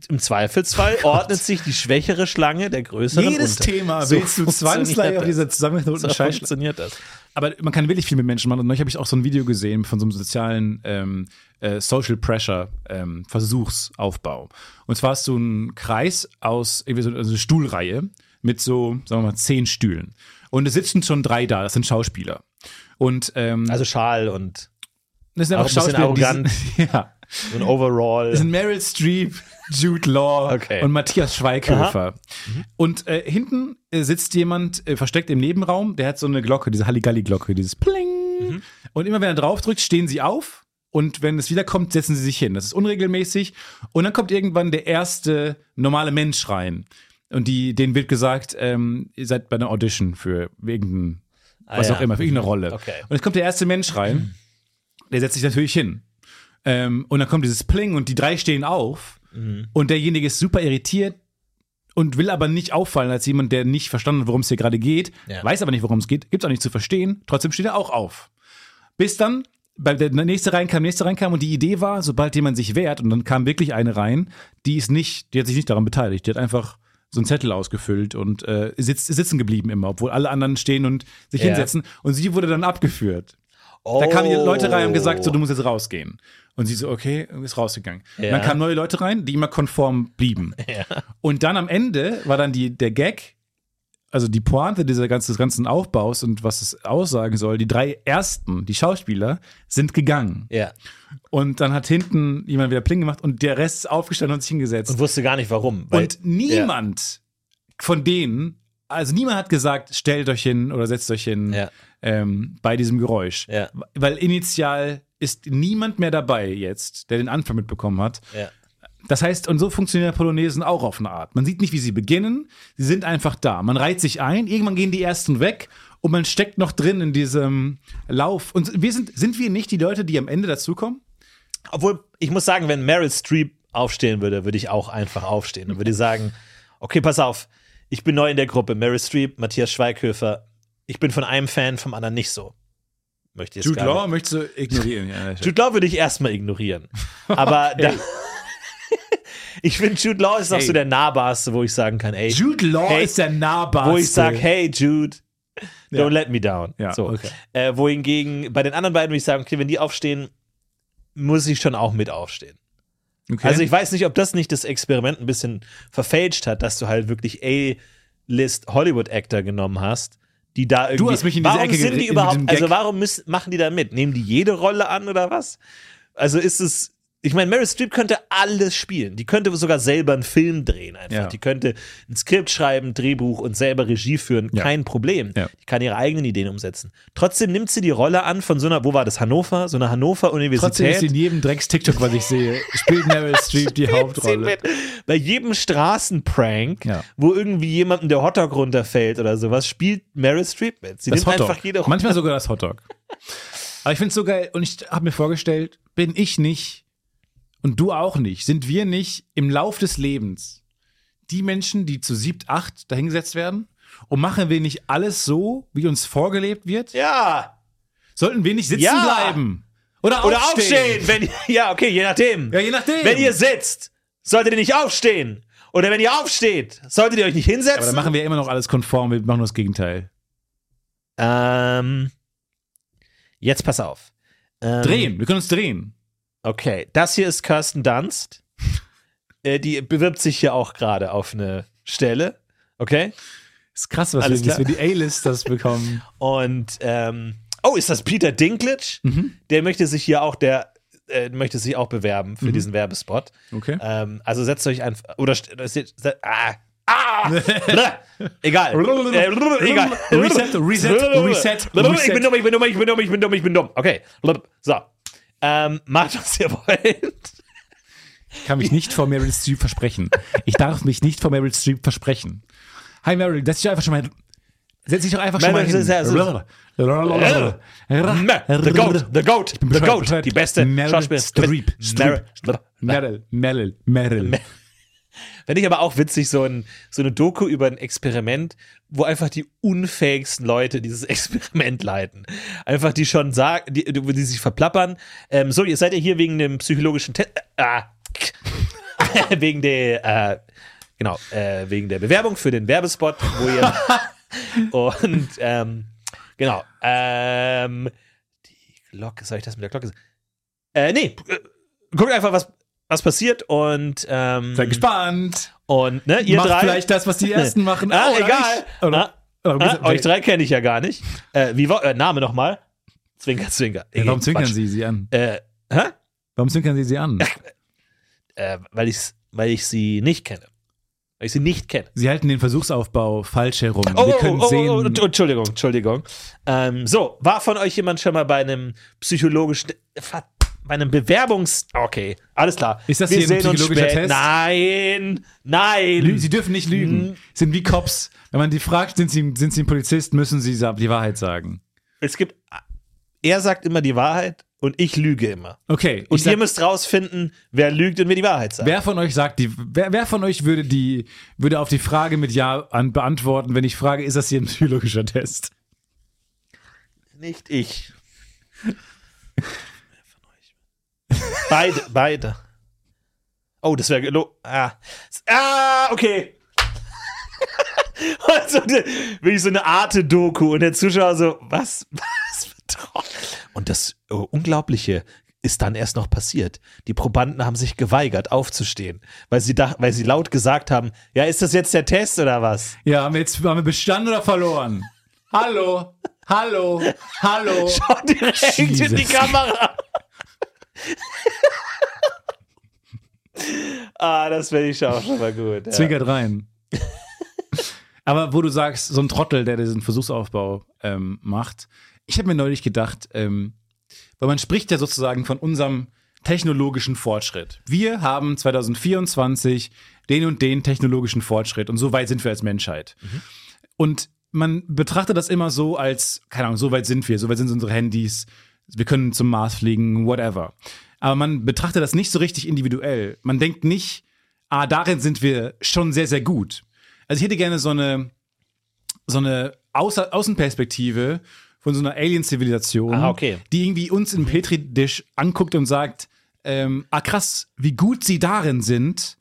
S3: Im Zweifelsfall ordnet sich die schwächere Schlange der größeren
S2: Oh Jedes
S3: unter.
S2: Thema
S3: So
S2: willst du
S3: funktioniert
S2: zwangsläufig auf
S3: das.
S2: dieser zusammengeknoteten
S3: So
S2: Scheiße.
S3: funktioniert das.
S2: Aber man kann wirklich viel mit Menschen machen. Und neulich habe ich auch so ein Video gesehen von so einem sozialen ähm, äh, Social Pressure ähm, Versuchsaufbau. Und zwar hast du einen Kreis aus, irgendwie so also eine Stuhlreihe mit so, sagen wir mal, zehn Stühlen. Und es sitzen schon drei da, das sind Schauspieler. Und ähm,
S3: Also Schal und,
S2: das sind
S3: auch ein bisschen
S2: die sind, ja,
S3: und Overall.
S2: sind Meryl Streep, Jude Law
S3: Okay.
S2: und Matthias Schweighöfer. Und äh, hinten äh, sitzt jemand äh, versteckt im Nebenraum, der hat so eine Glocke, diese Halligalli-Glocke, dieses Pling. Und immer wenn er draufdrückt, stehen sie auf. Und wenn es wiederkommt, setzen sie sich hin. Das ist unregelmäßig. Und dann kommt irgendwann der erste normale Mensch rein. Und die, denen wird gesagt, ähm, ihr seid bei einer Audition für irgendeinen, was
S3: Ah, ja.
S2: auch immer, für irgendeine Rolle.
S3: Okay.
S2: Und jetzt kommt der erste Mensch rein, der setzt sich natürlich hin. Ähm, und dann kommt dieses Pling und die drei stehen auf.
S3: Mhm.
S2: Und derjenige ist super irritiert und will aber nicht auffallen als jemand, der nicht verstanden hat, worum es hier gerade geht,
S3: Ja.
S2: weiß aber nicht, worum es geht, gibt's auch nicht zu verstehen, trotzdem steht er auch auf. Bis dann bei der nächste reinkam, nächste reinkam und die Idee war, sobald jemand sich wehrt und dann kam wirklich eine rein, die ist nicht, die hat sich nicht daran beteiligt, die hat einfach so einen Zettel ausgefüllt und äh, sitzt, sitzen geblieben immer, obwohl alle anderen stehen und sich
S3: Ja.
S2: hinsetzen und sie wurde dann abgeführt.
S3: oh.
S2: Da kamen Leute rein und gesagt, so, du musst jetzt rausgehen. Und sie so, okay, und ist rausgegangen.
S3: Ja.
S2: Und dann kamen neue Leute rein, die immer konform blieben. Und dann am Ende war dann die, der Gag, also die Pointe dieser ganzen, des ganzen Aufbaus und was es aussagen soll, die drei ersten, die Schauspieler, sind gegangen.
S3: Ja.
S2: Und dann hat hinten jemand wieder Pling gemacht und der Rest ist aufgestanden und sich hingesetzt.
S3: Und wusste gar nicht warum. weil-
S2: Und niemand von denen also niemand hat gesagt, stellt euch hin oder setzt euch hin
S3: Ja.
S2: ähm, bei diesem Geräusch.
S3: Ja.
S2: Weil initial ist niemand mehr dabei jetzt, der den Anfang mitbekommen hat.
S3: Ja.
S2: Das heißt, und so funktionieren Polonesen auch auf eine Art. Man sieht nicht, wie sie beginnen, sie sind einfach da. Man reiht sich ein, irgendwann gehen die ersten weg und man steckt noch drin in diesem Lauf. Und wir sind, sind wir nicht die Leute, die am Ende dazukommen?
S3: Obwohl, ich muss sagen, wenn Meryl Streep aufstehen würde, würde ich auch einfach aufstehen und würde sagen, okay, pass auf, ich bin neu in der Gruppe. Meryl Streep, Matthias Schweighöfer. Ich bin von einem Fan, vom anderen nicht so. Möchte jetzt
S2: Jude
S3: gar nicht-
S2: Law möchtest du ignorieren. Ja,
S3: Jude Law würde ich erstmal ignorieren. Aber da, ich finde, Jude Law ist noch
S2: Hey.
S3: so der nahbarste, wo ich sagen kann, ey,
S2: Jude Law
S3: Hey,
S2: ist der Nahbarste.
S3: wo ich sage, hey Jude, don't
S2: Ja.
S3: let me down.
S2: Ja,
S3: so.
S2: okay.
S3: äh, wohingegen bei den anderen beiden würde ich sagen, okay, wenn die aufstehen, muss ich schon auch mit aufstehen.
S2: okay.
S3: Also ich weiß nicht, ob das nicht das Experiment ein bisschen verfälscht hat, dass du halt wirklich A-List Hollywood-Actor genommen hast, die da irgendwie.
S2: hast mich in diese
S3: warum
S2: Ecke
S3: sind
S2: geritten
S3: die
S2: mit
S3: überhaupt?
S2: diesem Gag.
S3: Also warum müssen, machen die da mit? Nehmen die jede Rolle an oder was? Also ist es. Ich meine, Meryl Streep könnte alles spielen. Die könnte sogar selber einen Film drehen einfach.
S2: Ja.
S3: Die könnte ein Skript schreiben, Drehbuch und selber Regie führen.
S2: Ja.
S3: Kein Problem.
S2: Ja.
S3: Die kann ihre eigenen Ideen umsetzen. Trotzdem nimmt sie die Rolle an von so einer, wo war das, Hannover? So einer Hannover-Universität.
S2: Trotzdem ist in jedem Drecks-TikTok, was ich sehe, spielt Meryl Streep die Hauptrolle.
S3: Mit. Bei jedem Straßenprank,
S2: Ja.
S3: wo irgendwie jemandem der Hotdog runterfällt oder sowas, spielt Meryl Streep mit. Sie
S2: Das
S3: nimmt
S2: Hotdog.
S3: einfach jede Rolle.
S2: Manchmal sogar das Hotdog. Aber ich finde es so geil und ich habe mir vorgestellt, bin ich nicht und du auch nicht, sind wir nicht im Lauf des Lebens die Menschen, die zu siebt, acht dahingesetzt werden und machen wir nicht alles so, wie uns vorgelebt wird?
S3: Ja.
S2: Sollten wir nicht sitzen
S3: Ja.
S2: bleiben? Oder,
S3: Oder
S2: aufstehen?
S3: aufstehen. wenn, ja, okay, je nachdem.
S2: Ja, je nachdem.
S3: Wenn ihr sitzt, solltet ihr nicht aufstehen. Oder wenn ihr aufsteht, solltet ihr euch nicht
S2: Aber dann
S3: hinsetzen.
S2: machen wir immer noch alles konform, wir machen nur das Gegenteil.
S3: ähm, jetzt pass auf. Ähm,
S2: Drehen, wir können uns drehen.
S3: Okay, das hier ist Kirsten Dunst. Äh, die bewirbt sich hier auch gerade auf eine Stelle. Okay?
S2: Ist krass, was
S3: Alles
S2: wir, dass wir
S3: klar.
S2: die A-List das bekommen.
S3: Und ähm, oh, ist das Peter Dinklage?
S2: Mhm.
S3: Der möchte sich hier auch, der äh, möchte sich auch bewerben
S2: Mhm.
S3: für diesen Werbespot.
S2: Okay.
S3: Ähm, also setzt euch einfach oder st- oder se- se- ah, ah, egal, äh, egal.
S2: Reset, reset, reset,
S3: Ich bin
S2: reset.
S3: dumm, ich bin dumm, ich bin dumm, ich bin dumm, ich bin dumm. Okay, so. Ähm, macht, was ihr wollt.
S2: Ich kann mich nicht vor Meryl Streep versprechen. Ich darf mich nicht vor Meryl Streep versprechen. Hi Meryl, setz dich doch einfach schon mal hin. Setz dich doch einfach schon mal
S3: Meryl, also-
S2: hin.
S3: sehr, sehr- The Goat, The Goat,
S2: bin
S3: The
S2: bescheuert,
S3: Goat,
S2: bescheuert.
S3: die beste
S2: Meryl
S3: Schauspielerin.
S2: Streep,
S3: Meryl-
S2: Meryl, Meryl, Meryl.
S3: Fände ich aber auch witzig, so, ein, so eine Doku über ein Experiment, wo einfach die unfähigsten Leute dieses Experiment leiten. Einfach die schon sagen, die, die die sich verplappern. Ähm, so, ihr seid ja hier wegen dem psychologischen Test. Äh, ah, wegen der, äh, genau, äh, wegen der Bewerbung für den Werbespot, wo ihr. und, ähm, genau. Ähm, die Glocke, soll ich das mit der Glocke sagen? Äh, nee, äh, guckt einfach, was, was passiert und. Ähm,
S2: Seid gespannt.
S3: und ne, ihr
S2: Macht
S3: drei.
S2: vielleicht das, was die Ersten machen.
S3: Ah,
S2: Oh, oder
S3: egal.
S2: nicht. Oder-
S3: ah,
S2: oder-
S3: ah, euch drei kenne ich ja gar nicht. Äh, wie war, äh, Name nochmal? Zwinker, Zwinker.
S2: Ja, Warum
S3: Ey,
S2: zwinkern
S3: Quatsch.
S2: Sie sie an?
S3: Äh, hä?
S2: Warum zwinkern Sie sie an?
S3: Äh, weil, ich's, weil ich sie nicht kenne. Weil ich sie nicht kenne.
S2: Sie halten den Versuchsaufbau falsch herum.
S3: Oh,
S2: Wir
S3: oh,
S2: können
S3: oh,
S2: sehen.
S3: oh, oh, Entschuldigung, Entschuldigung. Ähm, so, war von euch jemand schon mal bei einem psychologischen, Ver- bei einem Bewerbungs, okay, alles klar.
S2: Ist das
S3: Wir
S2: hier ein
S3: sehen uns
S2: psychologischer
S3: spät.
S2: Test?
S3: Nein, nein.
S2: Lü- Sie dürfen nicht lügen. Sind wie Cops. Wenn man die fragt, sind sie, sind sie ein Polizist, müssen sie sa- die Wahrheit sagen.
S3: Es gibt, er sagt immer die Wahrheit und ich lüge immer.
S2: Okay.
S3: Und
S2: ich sag,
S3: ihr müsst rausfinden, wer lügt und wer die Wahrheit sagt.
S2: wer von euch sagt die, wer, wer von euch würde die, würde auf die Frage mit Ja an, beantworten, wenn ich frage, ist das hier ein psychologischer Test?
S3: Nicht ich. beide, beide. Oh, das wäre gelo. Ah. ah, okay. Und so eine, wirklich so eine Arte-Doku und der Zuschauer so, was, was für Tro- Und das äh, Unglaubliche ist dann erst noch passiert. Die Probanden haben sich geweigert, aufzustehen, weil sie, dach, weil sie laut gesagt haben, ja, ist das jetzt der Test oder was?
S2: Ja, haben wir jetzt, haben wir bestanden oder verloren? Hallo, hallo, hallo.
S3: Und direkt in die
S2: Jesus.
S3: Kamera. ah, das finde ich auch schon mal gut. Ja.
S2: Zwinkert rein. Aber wo du sagst, so ein Trottel, der diesen Versuchsaufbau ähm, macht. Ich habe mir neulich gedacht, ähm, weil man spricht ja sozusagen von unserem technologischen Fortschritt. Wir haben 2024 den und den technologischen Fortschritt und so weit sind wir als Menschheit. Und man betrachtet das immer so als, keine Ahnung, so weit sind wir, so weit sind unsere Handys, wir können zum Mars fliegen, whatever. Aber man betrachtet das nicht so richtig individuell. Man denkt nicht, ah, darin sind wir schon sehr, sehr gut. Also ich hätte gerne so eine, so eine Außer Außenperspektive von so einer Alien-Zivilisation,
S3: Ah, okay.
S2: die irgendwie uns im Petri-Dish anguckt und sagt, ähm, ah krass, wie gut sie darin sind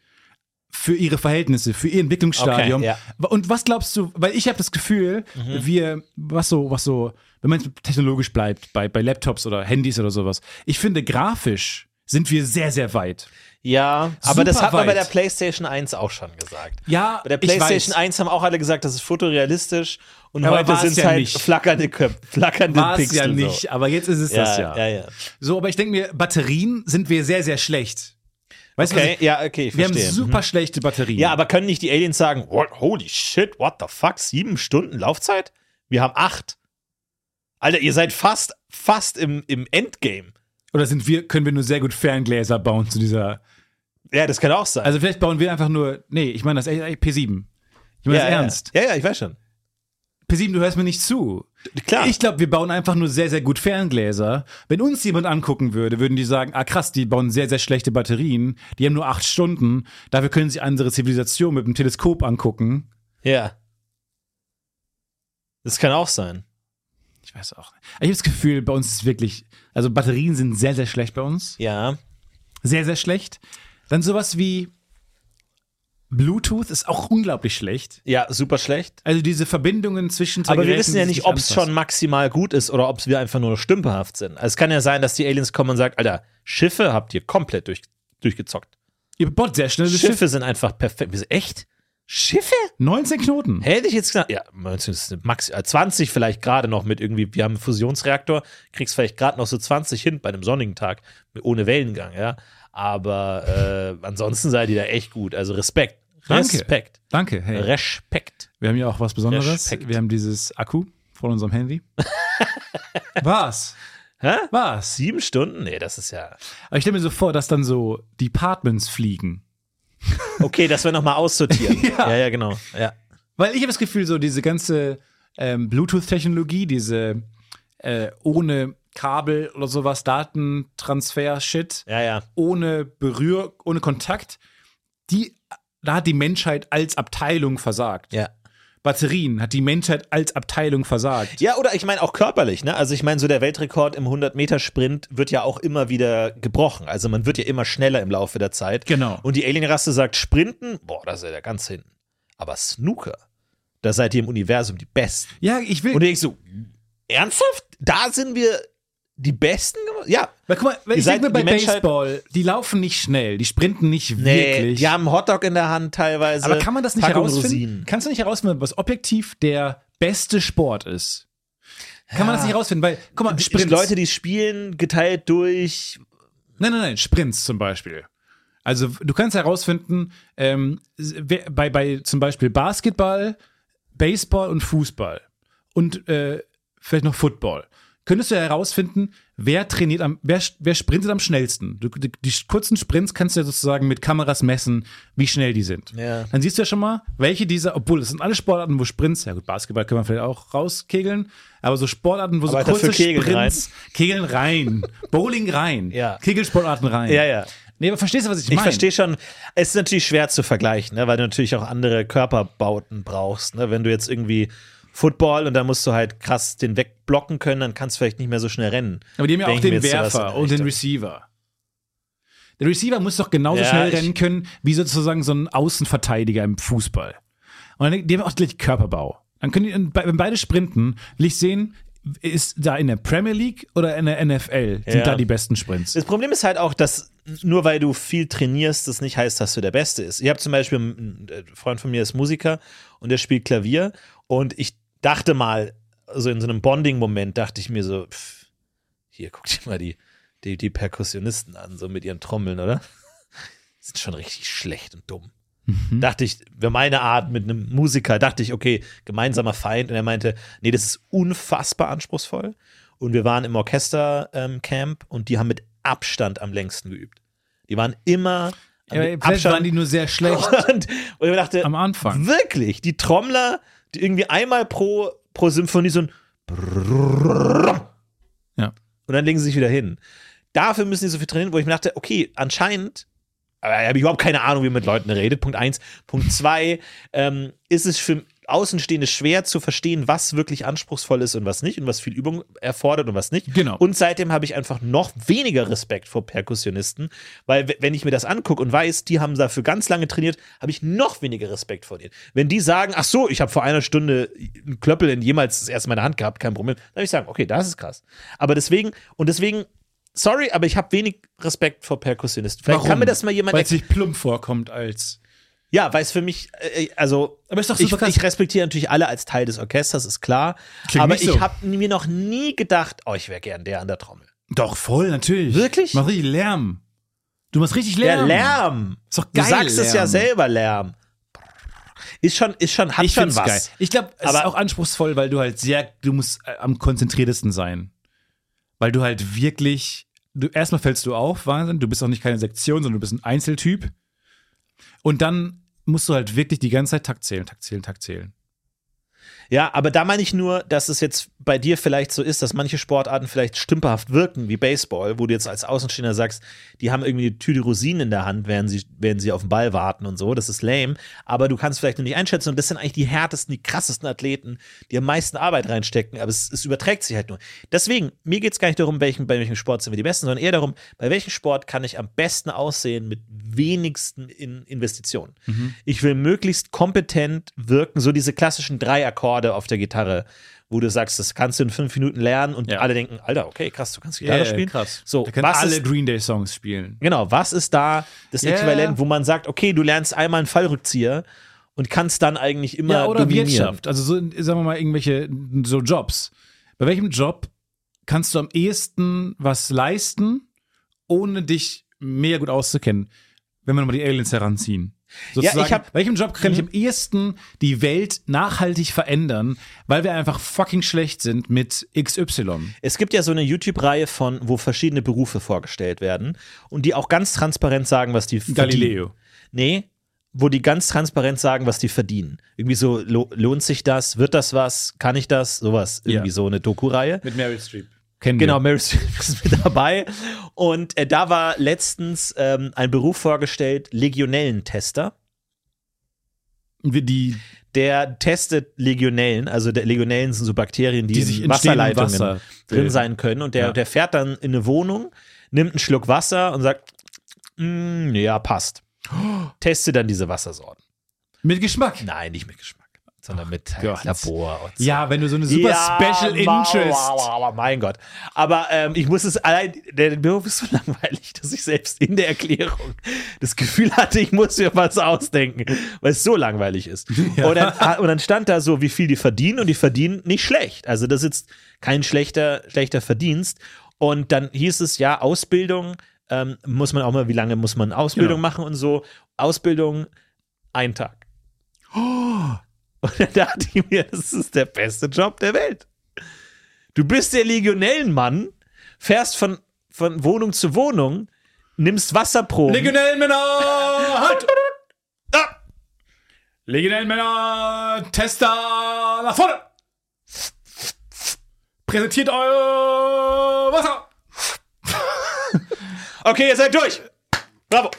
S2: für ihre Verhältnisse, für ihr Entwicklungsstadium.
S3: Okay, ja. Mhm.
S2: Und was glaubst du, weil ich habe das Gefühl, wir, was so, was so, wenn man jetzt technologisch bleibt, bei, bei Laptops oder Handys oder sowas, ich finde, grafisch sind wir sehr, sehr weit.
S3: Ja, aber das
S2: Super
S3: hat man bei
S2: weit.
S3: der PlayStation 1 auch schon gesagt.
S2: Ja,
S3: Bei der
S2: ich weiß.
S3: PlayStation 1 haben auch alle gesagt, das ist fotorealistisch und
S2: Aber
S3: heute
S2: war's
S3: sind es
S2: ja
S3: halt
S2: nicht.
S3: flackernde Köpfe, flackernde
S2: War es
S3: Pixel.
S2: ja nicht,
S3: So.
S2: aber jetzt ist es das ja.
S3: ja, ja.
S2: So, aber ich denke mir, Batterien sind wir sehr, sehr schlecht. Weißt du,
S3: Okay,
S2: was ich-
S3: ja, okay, ich
S2: wir haben
S3: verstehe. Mhm.
S2: super schlechte Batterien.
S3: Ja, aber können nicht die Aliens sagen, what, holy shit, what the fuck, sieben Stunden Laufzeit? Wir haben acht. Alter, ihr seid fast, fast im, im Endgame.
S2: Oder sind wir, können wir nur sehr gut Ferngläser bauen zu dieser.
S3: Ja, das kann auch sein.
S2: Also vielleicht bauen wir einfach nur. Nee, ich meine das echt- echt P7. Ich meine
S3: ja,
S2: das
S3: ja,
S2: ernst.
S3: Ja, ja, ich weiß schon.
S2: P7, du hörst mir nicht zu.
S3: Klar.
S2: Ich glaube, wir bauen einfach nur sehr, sehr gut Ferngläser. Wenn uns jemand angucken würde, würden die sagen, ah krass, die bauen sehr, sehr schlechte Batterien, die haben nur acht Stunden, dafür können sie andere Zivilisationen mit dem Teleskop angucken.
S3: ja. Das kann auch sein.
S2: Ich weiß auch nicht. Ich habe das Gefühl, bei uns ist wirklich, also Batterien sind sehr, sehr schlecht bei uns.
S3: Ja.
S2: Sehr, sehr schlecht. Dann sowas wie Bluetooth ist auch unglaublich schlecht.
S3: Ja, super schlecht.
S2: Also diese Verbindungen zwischen zwei
S3: Aber wir
S2: Geräten,
S3: wissen ja
S2: die
S3: nicht,
S2: sich
S3: ob es schon
S2: anfassen.
S3: maximal gut ist oder ob wir einfach nur stümperhaft sind. Also es kann ja sein, dass die Aliens kommen und sagen, Alter, Schiffe habt ihr komplett durch, durchgezockt.
S2: Ihr baut sehr schnell Also, das
S3: Schiffe,
S2: Schiff.
S3: sind einfach perfekt. Wir sind- Echt? Schiffe?
S2: 19 Knoten.
S3: Hätte ich jetzt gesagt, ja, 19 ist eine Max, äh, 20 vielleicht gerade noch mit irgendwie, wir haben einen Fusionsreaktor, kriegst vielleicht gerade noch so 20 hin bei einem sonnigen Tag, ohne Wellengang, ja. Aber äh, ansonsten seid ihr da echt gut. Also Respekt.
S2: Danke.
S3: Respekt.
S2: Danke, hey.
S3: Respekt.
S2: Wir haben ja auch was Besonderes.
S3: Respekt.
S2: Wir haben dieses Akku von unserem Handy. Was?
S3: Hä?
S2: Was?
S3: Sieben Stunden? Nee, das ist ja.
S2: Aber ich stelle mir so vor, dass dann so Departments fliegen.
S3: Okay, das wir nochmal aussortieren. ja. ja, genau. Ja.
S2: Weil ich habe das Gefühl, so diese ganze ähm, Bluetooth-Technologie, diese äh, ohne Kabel oder sowas, Datentransfer-Shit,
S3: Ja, ja.
S2: ohne Berühr, ohne Kontakt, die, da hat die Menschheit als Abteilung versagt.
S3: Ja.
S2: Batterien hat die Menschheit als Abteilung versagt.
S3: Ja, oder ich meine auch körperlich, ne? Also ich meine, so der Weltrekord im 100-Meter-Sprint wird ja auch immer wieder gebrochen. Also man wird ja immer schneller im Laufe der Zeit.
S2: Genau.
S3: Und die Alienrasse sagt, Sprinten, boah, da seid ihr ganz hinten. Aber Snooker, da seid ihr im Universum die Besten.
S2: Ja, ich will.
S3: Und ich so, ernsthaft? Da sind wir die Besten? gew- Ja.
S2: Weil, guck mal, wenn
S3: Ihr
S2: ich
S3: seid-
S2: denke mir bei
S3: die Menschheit-
S2: Baseball, die laufen nicht schnell, die sprinten nicht wirklich.
S3: die haben einen Hotdog in der Hand teilweise.
S2: Aber kann man das nicht
S3: Packung
S2: herausfinden?
S3: Rosinen.
S2: Kannst du nicht herausfinden, was objektiv der beste Sport ist? Kann man das nicht herausfinden? Weil, guck mal,
S3: Sprints.
S2: Sprints.
S3: Leute, die spielen, geteilt durch
S2: nein, nein, nein, Sprints zum Beispiel. Also du kannst herausfinden, ähm, wer- bei, bei zum Beispiel Basketball, Baseball und Fußball und äh, vielleicht noch Football. Könntest du herausfinden, wer trainiert am, wer, wer sprintet am schnellsten? Du, die, die kurzen Sprints kannst du ja sozusagen mit Kameras messen, wie schnell die sind.
S3: Ja.
S2: Dann siehst du ja schon mal, welche dieser, obwohl es sind alle Sportarten, wo Sprints, ja gut, Basketball können wir vielleicht auch rauskegeln, aber so Sportarten, wo
S3: Aber
S2: so
S3: dafür
S2: kurze
S3: Kegeln
S2: Sprints, Kegeln rein, Bowling rein,
S3: Ja.
S2: Kegelsportarten rein.
S3: Ja, ja.
S2: Nee, aber verstehst du, was ich
S3: Ich
S2: meine?
S3: verstehe schon, es ist natürlich schwer zu vergleichen, ne, weil du natürlich auch andere Körperbauten brauchst. Ne? Wenn du jetzt irgendwie Football und dann musst du halt krass den wegblocken können, dann kannst du vielleicht nicht mehr so schnell rennen.
S2: Aber die haben ja auch
S3: Denken wir
S2: den
S3: jetzt sowas in
S2: Werfer
S3: der
S2: und den
S3: Richtung.
S2: Receiver. Der Receiver muss doch genauso
S3: Ja,
S2: schnell
S3: ich-
S2: rennen können, wie sozusagen so ein Außenverteidiger im Fußball. Und dann, die haben auch gleich Körperbau. Dann können die, und bei- wenn beide sprinten, will ich sehen, ist da in der Premier League oder in der NFL
S3: Ja.
S2: sind da die besten Sprints?
S3: Das Problem ist halt auch, dass nur weil du viel trainierst, das nicht heißt, dass du der Beste ist. Ich habe zum Beispiel einen äh, Freund von mir ist Musiker und der spielt Klavier und ich dachte mal, so in so einem Bonding-Moment dachte ich mir so, pff, hier guck dir mal die, die, die Perkussionisten an, so mit ihren Trommeln, oder? Sind schon richtig schlecht und dumm.
S2: Mhm.
S3: Dachte ich, für meine Art mit einem Musiker, dachte ich, okay, gemeinsamer Feind. Und er meinte, nee, das ist unfassbar anspruchsvoll. Und wir waren im Orchestercamp ähm, Camp und die haben mit Abstand am längsten geübt. Die waren immer am
S2: Ja, vielleicht waren die nur sehr schlecht
S3: und, und ich mir dachte,
S2: am Anfang.
S3: wirklich, die Trommler, die irgendwie einmal pro, pro Symphonie so ein
S2: Ja.
S3: und dann legen sie sich wieder hin. Dafür müssen die so viel trainieren, wo ich mir dachte, okay, anscheinend, aber da habe ich überhaupt keine Ahnung, wie man mit Leuten redet. Punkt eins. Punkt zwei, ähm, ist es für Außenstehende schwer zu verstehen, was wirklich anspruchsvoll ist und was nicht und was viel Übung erfordert und was nicht.
S2: Genau.
S3: Und seitdem habe ich einfach noch weniger Respekt vor Perkussionisten, weil w- wenn ich mir das angucke und weiß, die haben dafür ganz lange trainiert, habe ich noch weniger Respekt vor denen. Wenn die sagen, ach so, ich habe vor einer Stunde einen Klöppel in jemals erst in meiner Hand gehabt, kein Problem, dann würde ich sagen, okay, das ist krass. Aber deswegen, und deswegen, sorry, aber ich habe wenig Respekt vor Perkussionisten. Vielleicht kann mir das mal jemand
S2: Weil es sich plump vorkommt als.
S3: ja, weil es für mich, äh, also
S2: Aber ist doch
S3: ich,
S2: super krass.
S3: ich respektiere natürlich alle als Teil des Orchesters, ist klar.
S2: Klingt
S3: aber
S2: nicht
S3: ich
S2: so.
S3: habe mir noch nie gedacht, oh, ich wäre gern der an der Trommel.
S2: Doch, voll, natürlich.
S3: Wirklich?
S2: Mach richtig Lärm. Du machst richtig
S3: Der
S2: Lärm.
S3: Lärm.
S2: Ist doch
S3: Du
S2: geil,
S3: sagst es ja
S2: Lärm.
S3: selber, Lärm. Ist schon, ist schon, hat
S2: Ich
S3: schon
S2: find's
S3: was.
S2: geil. Ich glaube, es ist
S3: Aber-
S2: auch anspruchsvoll, weil du halt sehr, du musst äh, am konzentriertesten sein. Weil du halt wirklich, du erstmal fällst du auf, Wahnsinn, du bist auch nicht keine Sektion, sondern du bist ein Einzeltyp. Und dann musst du halt wirklich die ganze Zeit Takt zählen, Takt zählen, Takt zählen.
S3: Ja, aber da meine ich nur, dass es jetzt bei dir vielleicht so ist, dass manche Sportarten vielleicht stümperhaft wirken, wie Baseball, wo du jetzt als Außenstehender sagst, die haben irgendwie die Tüte Rosinen in der Hand, während sie, während sie auf den Ball warten und so. Das ist lame. Aber du kannst vielleicht noch nicht einschätzen. Und das sind eigentlich die härtesten, die krassesten Athleten, die am meisten Arbeit reinstecken. Aber es, es überträgt sich halt nur. Deswegen, mir geht es gar nicht darum, welchen, bei welchem Sport sind wir die Besten, sondern eher darum, bei welchem Sport kann ich am besten aussehen mit wenigsten in Investitionen.
S2: Mhm.
S3: Ich will möglichst kompetent wirken, so diese klassischen drei Akkorde auf der Gitarre, wo du sagst, das kannst du in fünf Minuten lernen und
S2: Ja.
S3: alle denken, Alter, okay, krass, du kannst
S2: Äh,
S3: Gitarre spielen.
S2: krass.
S3: So,
S2: da können
S3: was
S2: alle
S3: ist,
S2: Green Day Songs spielen.
S3: genau, was ist da das
S2: Ja.
S3: Äquivalent, wo man sagt, okay, du lernst einmal einen Fallrückzieher und kannst dann eigentlich immer
S2: Ja, oder
S3: dominieren.
S2: Wirtschaft. Also so, sagen wir mal, irgendwelche so Jobs. Bei welchem Job kannst du am ehesten was leisten, ohne dich mega gut auszukennen? Wenn wir nochmal die Aliens heranziehen. Sozusagen,
S3: ich hab- Mhm.
S2: welchem Job kann ich am ehesten die Welt nachhaltig verändern, weil wir einfach fucking schlecht sind mit XY?
S3: Es gibt ja so eine YouTube-Reihe von, wo verschiedene Berufe vorgestellt werden und die auch ganz transparent sagen, was die verdienen.
S2: Galileo.
S3: Nee, wo die ganz transparent sagen, was die verdienen. Irgendwie so, lo lohnt sich das? Wird das was? Kann ich das? Sowas. Irgendwie
S2: Ja.
S3: so eine Doku-Reihe.
S2: Mit Meryl Streep. Kennen
S3: Genau,
S2: wir.
S3: Meryl Streep ist mit dabei. Und äh, da war letztens ähm, ein Beruf vorgestellt, Legionellentester.
S2: Wir die,
S3: Der testet Legionellen, also der Legionellen sind so Bakterien, die,
S2: die
S3: in
S2: sich entstehen
S3: Wasserleitungen
S2: im Wasser
S3: drin sein können. Und der,
S2: Ja.
S3: der fährt dann in eine Wohnung, nimmt einen Schluck Wasser und sagt, "Mm, ja, passt. Teste dann diese Wassersorten.
S2: Mit Geschmack.
S3: Nein, nicht mit Geschmack, sondern mit halt
S2: Gott.
S3: Labor und so.
S2: Ja, wenn du so eine super
S3: Ja,
S2: Special
S3: wow,
S2: Interest.
S3: wow, wow, wow, mein Gott. Aber ähm, ich muss es allein, der Beruf ist so langweilig, dass ich selbst in der Erklärung das Gefühl hatte, ich muss mir was ausdenken, weil es so langweilig ist. Und, dann, ah, und dann stand da so, wie viel die verdienen und die verdienen nicht schlecht. Also das ist jetzt kein schlechter, schlechter Verdienst. Und dann hieß es ja, Ausbildung, ähm, muss man auch mal, wie lange muss man Ausbildung
S2: Genau.
S3: machen und so. Ausbildung, ein Tag. Und dann dachte ich mir, das ist der beste Job der Welt. Du bist der Legionellenmann, fährst von, von Wohnung zu Wohnung, nimmst Wasserproben.
S2: Legionellenmänner! Halt! Ah! Legionellenmänner! Tester! Nach vorne! Präsentiert euer Wasser!
S3: okay, ihr seid durch. Bravo.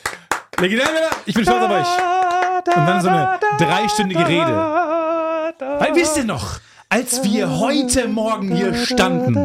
S2: Legionellenmänner! Ich bin stolz auf euch! Und dann so eine dreistündige Rede. Weil wisst ihr noch, als wir heute Morgen hier standen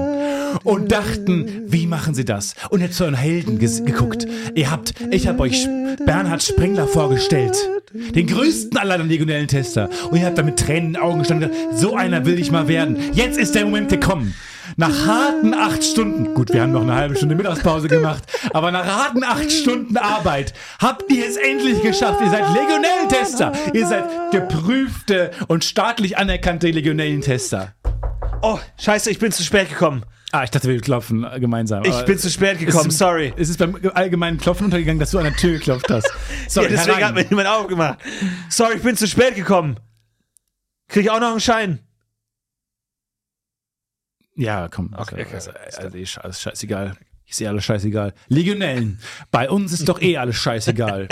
S2: und dachten, wie machen sie das? Und ihr habt zu euren Helden ges- geguckt. Ihr habt, ich habe euch Bernhard Springler vorgestellt. Den größten aller legionellen Tester. Und ihr habt damit Tränen in den Augen gestanden. und gesagt, So einer will ich mal werden. Jetzt ist der Moment gekommen. Nach harten acht Stunden, gut, wir haben noch eine halbe Stunde Mittagspause gemacht, aber nach harten acht Stunden Arbeit habt ihr es endlich geschafft. Ihr seid Legionellentester. Ihr seid geprüfte und staatlich anerkannte Legionellentester.
S3: Oh, scheiße, ich bin zu spät gekommen.
S2: Ah, ich dachte, wir klopfen äh, gemeinsam.
S3: Ich
S2: aber
S3: bin zu spät gekommen,
S2: es ist,
S3: sorry.
S2: Es ist beim allgemeinen Klopfen untergegangen, dass du an der Tür geklopft hast. Sorry,
S3: ja, deswegen hat
S2: herein.
S3: mir jemand aufgemacht. Sorry, ich bin zu spät gekommen. Krieg ich auch noch einen Schein?
S2: Ja, komm.
S3: Okay, okay,
S2: also,
S3: okay.
S2: also, also, eh sche- alles scheißegal. Ist eh alles scheißegal. Legionellen. Bei uns ist doch eh alles scheißegal.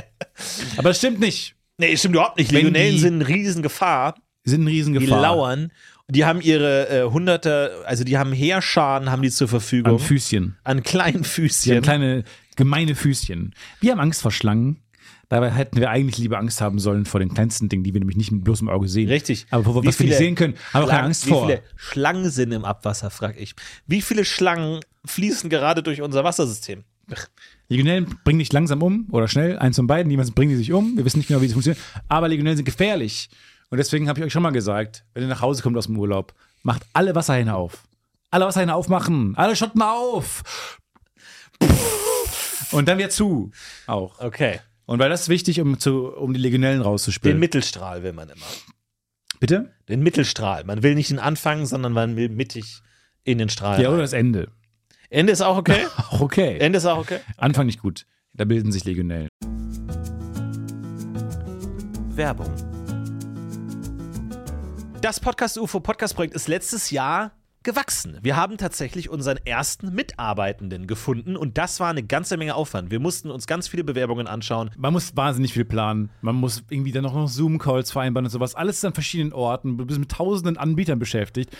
S2: Aber das stimmt nicht.
S3: Nee, stimmt überhaupt nicht.
S2: Wenn
S3: Legionellen
S2: die-
S3: sind eine Riesengefahr.
S2: Wir sind eine
S3: Die
S2: Riesengefahr.
S3: lauern. Die haben ihre äh, Hunderte, also die haben Heerscharen, haben die zur
S2: Am
S3: Verfügung.
S2: Füßchen.
S3: an kleinen
S2: Die
S3: Füßchen.
S2: haben kleine, gemeine Füßchen. Wir haben Angst vor Schlangen. Dabei hätten wir eigentlich lieber Angst haben sollen vor den kleinsten Dingen, die wir nämlich nicht mit bloßem Auge sehen.
S3: Richtig.
S2: Aber wo,
S3: Wie
S2: was wir
S3: viele
S2: nicht sehen können, haben wir keine
S3: Schlangen-
S2: Angst
S3: wie
S2: vor.
S3: Wie viele Schlangen sind im Abwasser, frag ich. Wie viele Schlangen fließen gerade durch unser Wassersystem?
S2: Legionellen bringen dich langsam um oder schnell, eins von beiden, niemals bringen die sich um. Wir wissen nicht genau, wie sie funktionieren. Aber Legionellen sind gefährlich. Und deswegen habe ich euch schon mal gesagt, wenn ihr nach Hause kommt aus dem Urlaub, macht alle Wasserhähne auf. Alle Wasserhähne aufmachen. Alle Schotten auf. Und dann wieder zu. Auch.
S3: Okay.
S2: Und weil das ist wichtig, um, zu, um die Legionellen
S3: Den
S2: rauszuspülen.
S3: Mittelstrahl will man immer.
S2: Bitte?
S3: Den Mittelstrahl. Man will nicht den Anfang, sondern man will mittig in den Strahl.
S2: Ja,
S3: rein.
S2: oder das Ende.
S3: Ende ist auch okay.
S2: Auch okay.
S3: Ende ist auch okay.
S2: Anfang nicht gut. Da bilden sich Legionellen.
S3: Werbung. Das Podcast UFO Podcast Projekt ist letztes Jahr gewachsen. Wir haben tatsächlich unseren ersten Mitarbeitenden gefunden und das war eine ganze Menge Aufwand. Wir mussten uns ganz viele Bewerbungen anschauen.
S2: Man muss wahnsinnig viel planen. Man muss irgendwie dann auch noch Zoom-Calls vereinbaren und sowas. Alles ist an verschiedenen Orten. Du bist mit tausenden Anbietern beschäftigt.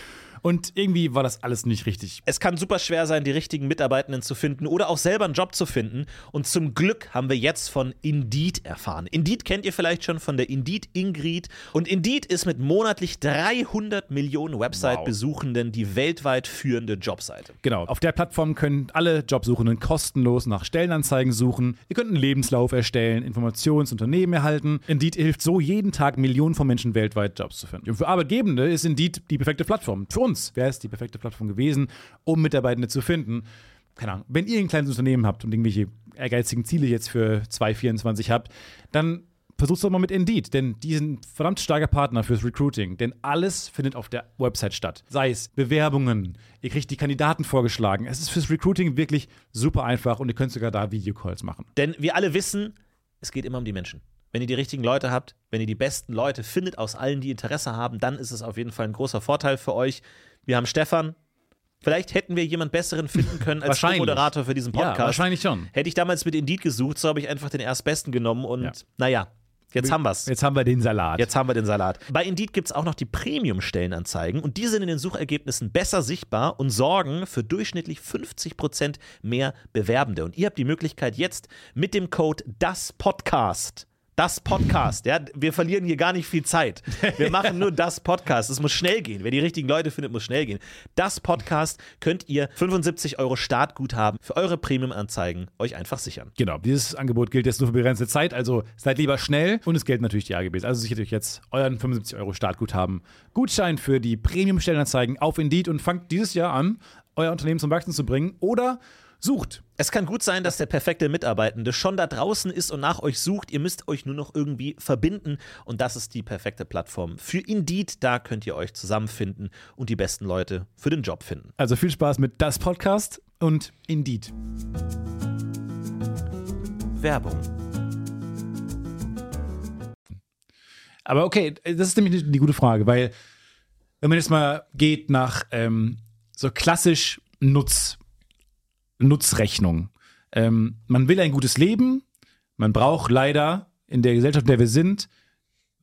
S2: Und irgendwie war das alles nicht richtig.
S3: Es kann super schwer sein, die richtigen Mitarbeitenden zu finden oder auch selber einen Job zu finden. Und zum Glück haben wir jetzt von Indeed erfahren. Indeed kennt ihr vielleicht schon von der Indeed Ingrid. Und Indeed ist mit monatlich 300 Millionen Website-Besuchenden die weltweit führende Jobseite.
S2: Genau. Auf der Plattform können alle Jobsuchenden kostenlos nach Stellenanzeigen suchen. Ihr könnt einen Lebenslauf erstellen, Informationen zu Unternehmen erhalten. Indeed hilft so jeden Tag Millionen von Menschen weltweit Jobs zu finden. Und für Arbeitgebende ist Indeed die perfekte Plattform. Für uns wäre es die perfekte Plattform gewesen, um Mitarbeitende zu finden. Keine Ahnung, wenn ihr ein kleines Unternehmen habt und irgendwelche ehrgeizigen Ziele jetzt für 2024 habt, dann versuch's doch mal mit Indeed, denn die sind verdammt starker Partner fürs Recruiting, denn alles findet auf der Website statt. Sei es Bewerbungen, ihr kriegt die Kandidaten vorgeschlagen. Es ist fürs Recruiting wirklich super einfach und ihr könnt sogar da Videocalls machen.
S3: Denn wir alle wissen, es geht immer um die Menschen. Wenn ihr die richtigen Leute habt, wenn ihr die besten Leute findet aus allen, die Interesse haben, dann ist es auf jeden Fall ein großer Vorteil für euch. Wir haben Stefan. Vielleicht hätten wir jemand besseren finden können als
S2: Wahrscheinlich.
S3: Moderator für diesen Podcast.
S2: Ja, wahrscheinlich schon.
S3: Hätte ich damals mit Indeed gesucht, so habe ich einfach den erstbesten genommen und
S2: Ja.
S3: naja, jetzt haben wir's.
S2: Jetzt haben wir den Salat.
S3: Jetzt haben wir den Salat. Bei Indeed gibt es auch noch die Premium-Stellenanzeigen und die sind in den Suchergebnissen besser sichtbar und sorgen für durchschnittlich 50% mehr Bewerbende. Und ihr habt die Möglichkeit jetzt mit dem Code das Podcast. Das Podcast, ja, wir verlieren hier gar nicht viel Zeit. Wir machen nur das Podcast. Es muss schnell gehen. Wer die richtigen Leute findet, muss schnell gehen. Das Podcast könnt ihr 75 Euro Startguthaben für eure Premium-Anzeigen euch einfach sichern.
S2: Genau, dieses Angebot gilt jetzt nur für begrenzte Zeit, also seid lieber schnell und es gelten natürlich die AGBs. Also sichert euch jetzt euren 75 Euro Startguthaben Gutschein für die Premium-Stellenanzeigen auf Indeed und fangt dieses Jahr an, euer Unternehmen zum Wachstum zu bringen oder sucht.
S3: Es kann gut sein, dass der perfekte Mitarbeitende schon da draußen ist und nach euch sucht. Ihr müsst euch nur noch irgendwie verbinden. Und das ist die perfekte Plattform für Indeed. Da könnt ihr euch zusammenfinden und die besten Leute für den Job finden.
S2: Also viel Spaß mit das Podcast und Indeed.
S3: Werbung.
S2: Aber okay, das ist nämlich die gute Frage, weil wenn man jetzt mal geht nach ähm, so klassisch Nutz, Nutzrechnung. Ähm, man will ein gutes Leben, man braucht leider in der Gesellschaft, in der wir sind,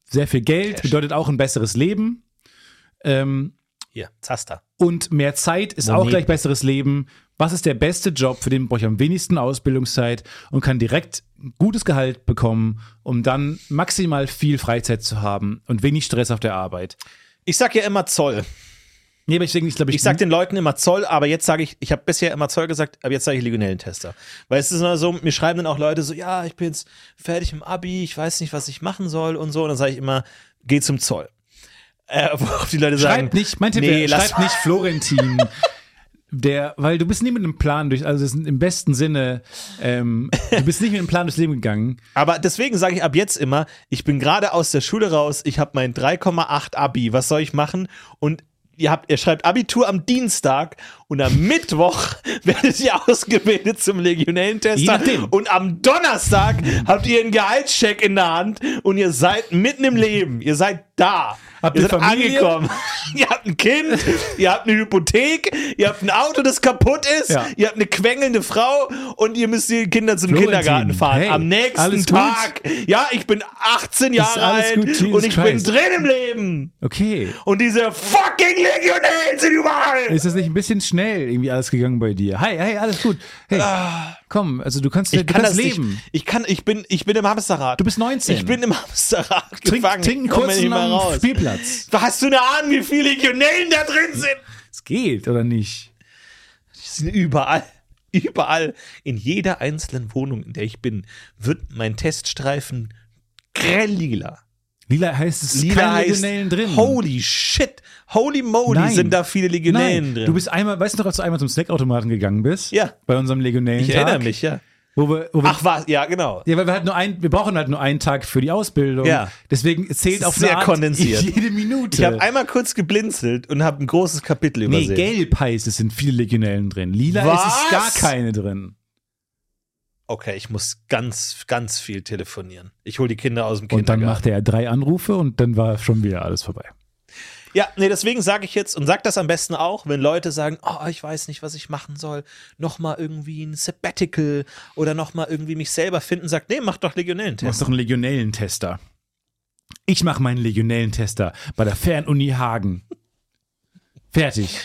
S2: sehr viel Geld,
S3: Cash.
S2: bedeutet auch ein besseres Leben. Ähm,
S3: Hier, Zaster.
S2: und mehr Zeit ist
S3: Moneten.
S2: auch gleich besseres Leben. Was ist der beste Job, für den brauche ich am wenigsten Ausbildungszeit und kann direkt ein gutes Gehalt bekommen, um dann maximal viel Freizeit zu haben und wenig Stress auf der Arbeit?
S3: Ich sag ja immer Zoll.
S2: Nee, aber ich denke, ich glaube, ich,
S3: Ich sag den Leuten immer Zoll, aber jetzt sage ich, ich habe bisher immer Zoll gesagt, aber jetzt sage ich Legionellentester. Weil es ist immer so, mir schreiben dann auch Leute so, ja, ich bin jetzt fertig im Abi, ich weiß nicht, was ich machen soll und so. Und dann sage ich immer, geh zum Zoll. Äh, worauf die Leute sagen,
S2: schreib nicht, mein Tipp,
S3: nee,
S2: wäre,
S3: lass
S2: schreib nicht Florentin. Der, weil du bist nie mit einem Plan durch, also das ist im besten Sinne, ähm, du bist nicht mit einem Plan durchs Leben gegangen.
S3: Aber deswegen sage ich ab jetzt immer, ich bin gerade aus der Schule raus, ich habe mein 3,8 Abi, was soll ich machen? Und ihr, habt, ihr schreibt Abitur am Dienstag Und am Mittwoch werdet ihr ausgebildet zum
S2: Je
S3: Legionellentester.
S2: nachdem.
S3: Und am Donnerstag habt ihr einen Gehaltscheck in der Hand und ihr seid mitten im Leben. Ihr seid da.
S2: Habt
S3: ihr
S2: ihr
S3: seid
S2: Familie?
S3: angekommen. ihr habt ein Kind, ihr habt eine Hypothek, ihr habt ein Auto, das kaputt ist,
S2: Ja.
S3: ihr habt eine quengelnde Frau und ihr müsst die Kinder zum
S2: Florentin,
S3: Kindergarten fahren.
S2: hey,
S3: am nächsten
S2: alles gut?
S3: Tag. Ja, ich bin 18 Jahre
S2: alles
S3: alt
S2: gut, Jesus
S3: und ich
S2: Christ.
S3: bin drin im Leben.
S2: Okay.
S3: Und diese fucking Legionellen sind überall.
S2: Ist das nicht ein bisschen schnell irgendwie alles gegangen bei dir? Hi, hey, alles gut. Hey, komm, also du kannst,
S3: Ah. Ich
S2: du
S3: kann
S2: kannst
S3: das
S2: leben.
S3: Nicht. Ich kann, ich bin, ich bin im Hamsterrad.
S2: Du bist 19.
S3: Ich bin im Hamsterrad
S2: Trink,
S3: gefangen.
S2: trink einen
S3: Komm mir nicht
S2: kurzen
S3: mehr
S2: am
S3: raus.
S2: Spielplatz.
S3: Hast du eine Ahnung, wie viele Legionellen da drin sind?
S2: Es geht, oder nicht?
S3: Die sind überall. Überall. In jeder einzelnen Wohnung, in der ich bin, wird mein Teststreifen grell lila.
S2: Lila heißt es
S3: Lila
S2: keine
S3: heißt,
S2: Legionellen drin.
S3: Holy shit. Holy moly
S2: Nein.
S3: sind da viele Legionellen
S2: Nein,
S3: drin.
S2: Du bist einmal, weißt du noch, als du einmal zum Snackautomaten gegangen bist?
S3: Ja.
S2: Bei unserem Legionellen.
S3: ich erinnere mich, ja.
S2: Wo wir, wo wir,
S3: Ach was, ja, genau.
S2: Ja, weil wir halt nur ein, wir brauchen halt nur einen Tag für die Ausbildung.
S3: Ja.
S2: Deswegen zählt
S3: ist
S2: auf eine
S3: sehr
S2: Art
S3: kondensiert.
S2: jede Minute.
S3: Ich habe einmal kurz geblinzelt und habe ein großes Kapitel
S2: nee,
S3: übersehen.
S2: gelb heißt es, sind viele Legionellen drin. Lila ist
S3: Was?
S2: es gar keine drin.
S3: Okay, ich muss ganz, ganz viel telefonieren. Ich hole die Kinder aus dem
S2: Und dann
S3: Kindergarten.
S2: machte er drei Anrufe und dann war schon wieder alles vorbei.
S3: ja, nee, deswegen sage ich jetzt und sag das am besten auch, wenn Leute sagen, oh, ich weiß nicht, was ich machen soll, nochmal irgendwie ein Sabbatical oder nochmal irgendwie mich selber finden, sagt, nee, mach doch
S2: Du machst
S3: Legionellentest.
S2: doch einen Legionellentester. Ich mache meinen Legionellentester bei der Fernuni Hagen. Fertig.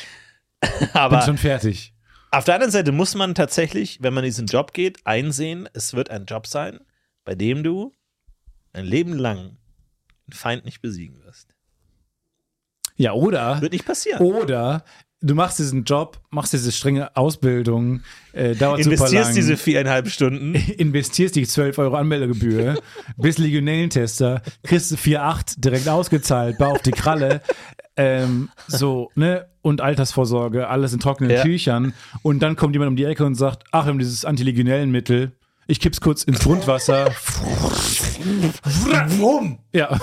S2: Bin
S3: Aber
S2: schon fertig.
S3: auf der anderen Seite muss man tatsächlich, wenn man in diesen Job geht, einsehen, es wird ein Job sein, bei dem du ein Leben lang den Feind nicht besiegen wirst.
S2: Ja, oder?
S3: Wird nicht passieren.
S2: Oh, Oder du machst diesen Job, machst diese strenge Ausbildung, äh, dauert super lang.
S3: Investierst diese viereinhalb Stunden.
S2: investierst die 12 Euro Anmeldegebühr, bist Legionellentester, kriegst du 4,8 direkt ausgezahlt, bau auf die Kralle. Ähm, so, ne? Und Altersvorsorge, alles in trockenen
S3: Ja.
S2: Tüchern. Und dann kommt jemand um die Ecke und sagt: Ach, wir haben dieses Antilegionellenmittel. Ich kipp's kurz ins Grundwasser.
S3: Wumm!
S2: ja.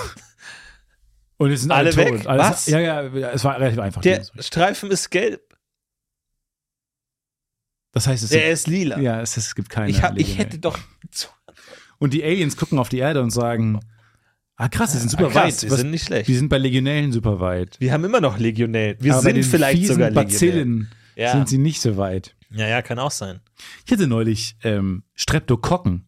S2: Und es sind alle,
S3: Alle weg?
S2: tot. Alles-
S3: Was?
S2: Ja, ja, ja, es war relativ einfach.
S3: Der Streifen ist gelb.
S2: das heißt, es,
S3: Der ist lila.
S2: ja, es, es gibt keine.
S3: ich, hab, ich
S2: Legionellen.
S3: hätte doch. zu-
S2: Und die Aliens gucken auf die Erde und sagen: Ah, krass, die sind super
S3: Ah, krass,
S2: weit.
S3: Wir
S2: Was-
S3: sind nicht schlecht.
S2: Die sind bei Legionellen super weit.
S3: Wir haben immer noch Legionellen. Wir
S2: Aber bei
S3: sind
S2: den
S3: vielleicht
S2: fiesen
S3: sogar Legionellen.
S2: Bazillen
S3: Ja.
S2: sind sie nicht so weit.
S3: Ja, ja, kann auch sein.
S2: Ich hatte neulich ähm, Streptokokken.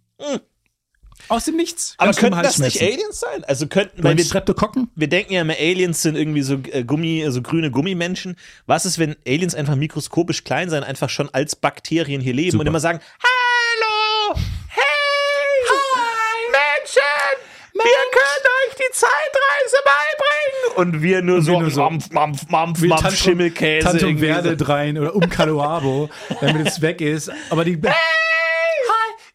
S2: Aus dem Nichts.
S3: Hm. Aber
S2: Ganz schlimm
S3: könnten das nicht
S2: Halsschmerzen.
S3: Aliens sein? Also könnten,
S2: Du
S3: weil
S2: meinst
S3: wir,
S2: Streptokokken?
S3: wir denken ja immer, Aliens sind irgendwie so äh, Gummi, so grüne Gummimenschen. Was ist, wenn Aliens einfach mikroskopisch klein sein, einfach schon als Bakterien hier leben und
S2: Super.
S3: immer sagen: Hallo! Hey! Hi! Menschen! Wir können euch die Zeitreise beibringen! Und wir nur so,
S2: nur so-
S3: Mampf, Mampf, Mampf,
S2: Will
S3: Mampf, Schimmelkäse.
S2: Tantum
S3: irgendwie so.
S2: Verde rein oder um Caloabo, damit es weg ist. Aber die. Hi,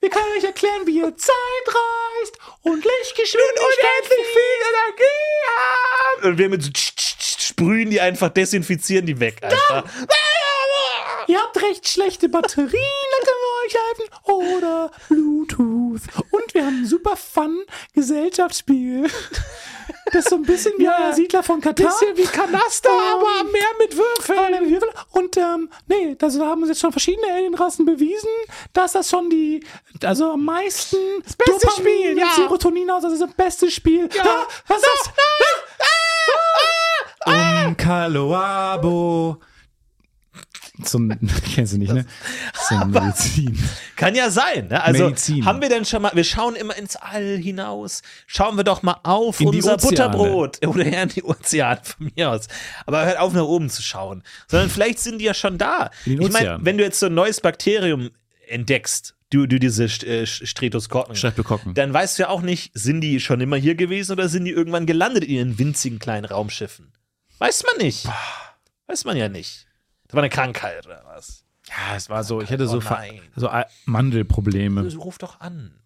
S2: wir können euch erklären, wie ihr Zeit reist und Lichtgeschwindigkeit
S3: unendlich viel Energie haben. Und wir mit so tsch, tsch, tsch, sprühen die einfach, desinfizieren die weg einfach.
S2: Ihr habt recht schlechte Batterien, dann können wir euch helfen. Oder Bluetooth. Und wir haben ein super fun Gesellschaftsspiel. Das ist so ein bisschen wie der Siedler von Katar. Ähm, Bisschen wie Kanaster, aber mehr mit Würfeln. Und ähm, nee, das haben uns jetzt schon verschiedene Alienrassen bewiesen, dass das schon die, also am meisten das
S4: beste
S2: Dopamin
S4: Spiel,
S2: und
S4: ja.
S2: Serotonin aus, das ist das beste Spiel. Ah, was ist das? Um Kaloabo. So ein, kennst du nicht, ne? So ein Medizin.
S3: Kann ja sein. Ne? Also
S2: Medizin.
S3: haben wir denn schon mal, wir schauen immer ins All hinaus, schauen wir doch mal auf
S2: In die
S3: unser
S2: Ozeane.
S3: Butterbrot oder ja, in die Ozeane von mir aus. Aber hört auf, nach oben zu schauen. Sondern vielleicht sind die ja schon da.
S2: In den
S3: Ich meine,
S2: Ozean.
S3: wenn du jetzt so ein neues Bakterium entdeckst, du, du diese St- äh, Streptokokken,
S2: Streptokokken.
S3: dann weißt du ja auch nicht, sind die schon immer hier gewesen oder sind die irgendwann gelandet in ihren winzigen kleinen Raumschiffen? Weiß man nicht. Weiß man ja nicht. Das war eine Krankheit oder was?
S2: Ja, es war so, ich hatte
S3: Oh
S2: so, Ver-
S3: nein.
S2: so A- Mandelprobleme.
S3: Also, Ruf doch an.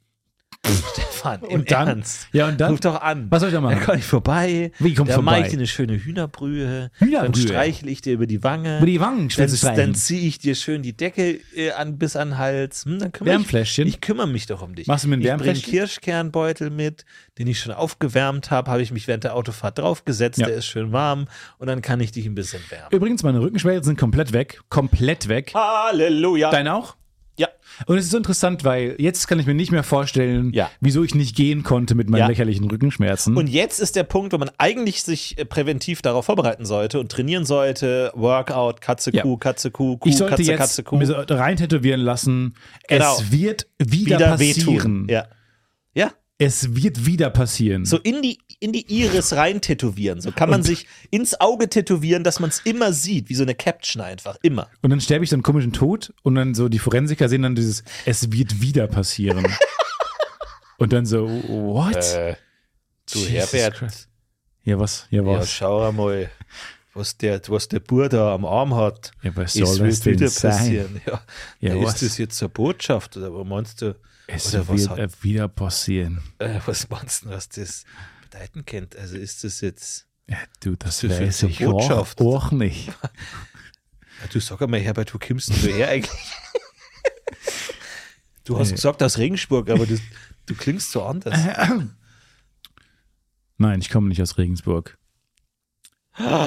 S3: Stefan, im
S2: Hm. Und dann-
S3: Ernst.
S2: ja, und dann?
S3: Ruf doch an.
S2: Was soll ich da machen?
S3: Dann komm ich vorbei.
S2: Wie, komm
S3: dann
S2: vorbei?
S3: mache ich dir eine schöne Hühnerbrühe. Dann
S2: Hühnerbrühe?
S3: streichle ich dir über die Wange.
S2: Über die Wangen
S3: Dann,
S2: schwänze
S3: dann
S2: streichen.
S3: ziehe ich dir schön die Decke äh, an, bis an den Hals. Hm, dann kümmere
S2: Wärmfläschchen?
S3: Ich, ich kümmere mich doch um dich.
S2: Machst du mir ein
S3: ich bringe
S2: Wärmfläschchen?
S3: Kirschkernbeutel mit, den ich schon aufgewärmt habe. Habe ich mich während der Autofahrt draufgesetzt.
S2: Ja.
S3: Der ist schön warm. Und dann kann ich dich ein bisschen wärmen.
S2: Übrigens, meine Rückenschmerzen sind komplett weg. Komplett weg.
S3: Halleluja.
S2: Dein auch?
S3: ja.
S2: Und es ist so interessant, weil jetzt kann ich mir nicht mehr vorstellen,
S3: Ja.
S2: wieso ich nicht gehen konnte mit meinen
S3: Ja.
S2: lächerlichen Rückenschmerzen.
S3: Und jetzt ist der Punkt, wo man eigentlich sich äh, präventiv darauf vorbereiten sollte und trainieren sollte. Workout, Katze,
S2: Ja.
S3: Kuh, Katze, Kuh, Kuh,
S2: ich sollte
S3: Katze,
S2: jetzt
S3: Katze, Kuh.
S2: mir so rein tätowieren lassen,
S3: Genau.
S2: es wird wieder, passieren. Mhm.
S3: Ja. ja,
S2: Es wird wieder passieren.
S3: so in die, in die Iris rein tätowieren. So kann man sich ins Auge tätowieren, dass man es immer sieht, wie so eine Caption einfach, immer.
S2: Und dann sterbe ich so einen komischen Tod und dann so die Forensiker sehen dann dieses, es wird wieder passieren. und dann so, what?
S3: Äh. du
S2: Jesus
S3: Herbert.
S2: Christ. Ja, was? Ja,
S3: Ja,
S2: was?
S3: schau einmal, was der, was der Bur da am Arm hat.
S2: Ja, was
S3: es
S2: soll das
S3: wird wieder
S2: denn sein?
S3: passieren. Ja.
S2: Ja,
S3: Na,
S2: was?
S3: ist das jetzt eine Botschaft oder was meinst du?
S2: es
S3: oder was,
S2: wird
S3: hat,
S2: wieder passieren.
S3: äh, was meinst du, was das bedeuten könnte? Also ist das jetzt.
S2: Ja, du, das
S3: ist
S2: weiß
S3: eine
S2: ich auch,
S3: Botschaft.
S2: auch nicht.
S3: Ja, Du sag einmal, Herbert, wo kommst denn du her eigentlich? Du hast gesagt aus Regensburg, aber du, du klingst so anders.
S2: Äh, Nein, ich komme nicht aus Regensburg.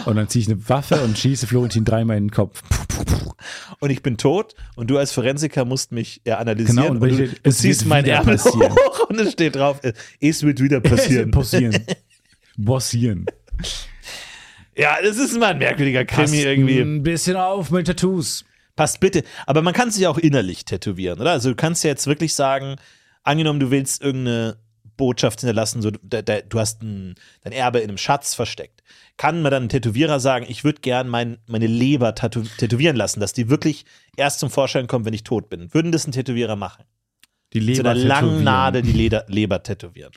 S2: Und dann ziehe ich eine Waffe und schieße Florentin dreimal in den Kopf.
S3: Und ich bin tot und du als Forensiker musst mich äh, analysieren
S2: Genau, und
S3: und,
S2: wenn
S3: du,
S2: ich-
S3: du
S2: es
S3: ziehst
S2: wird
S3: meinen
S2: wieder
S3: Ärmel
S2: passieren.
S3: hoch und es steht drauf, äh, es wird wieder passieren.
S2: Passieren. Bossieren.
S3: ja, das ist mal ein merkwürdiger Krimi irgendwie.
S2: Ein bisschen auf mit Tattoos.
S3: Passt bitte. Aber man kann sich auch innerlich tätowieren, oder? Also du kannst ja jetzt wirklich sagen, angenommen, du willst irgendeine Botschaft hinterlassen, so, da, da, du hast ein, dein Erbe in einem Schatz versteckt. Kann man dann einem Tätowierer sagen, ich würde gern mein, meine Leber tätow tätowieren lassen, dass die wirklich erst zum Vorschein kommt, wenn ich tot bin? Würden das ein Tätowierer machen?
S2: Die
S3: Mit so
S2: Leber
S3: einer langen
S2: tätowieren.
S3: Nadel die Leder, Leber tätowieren.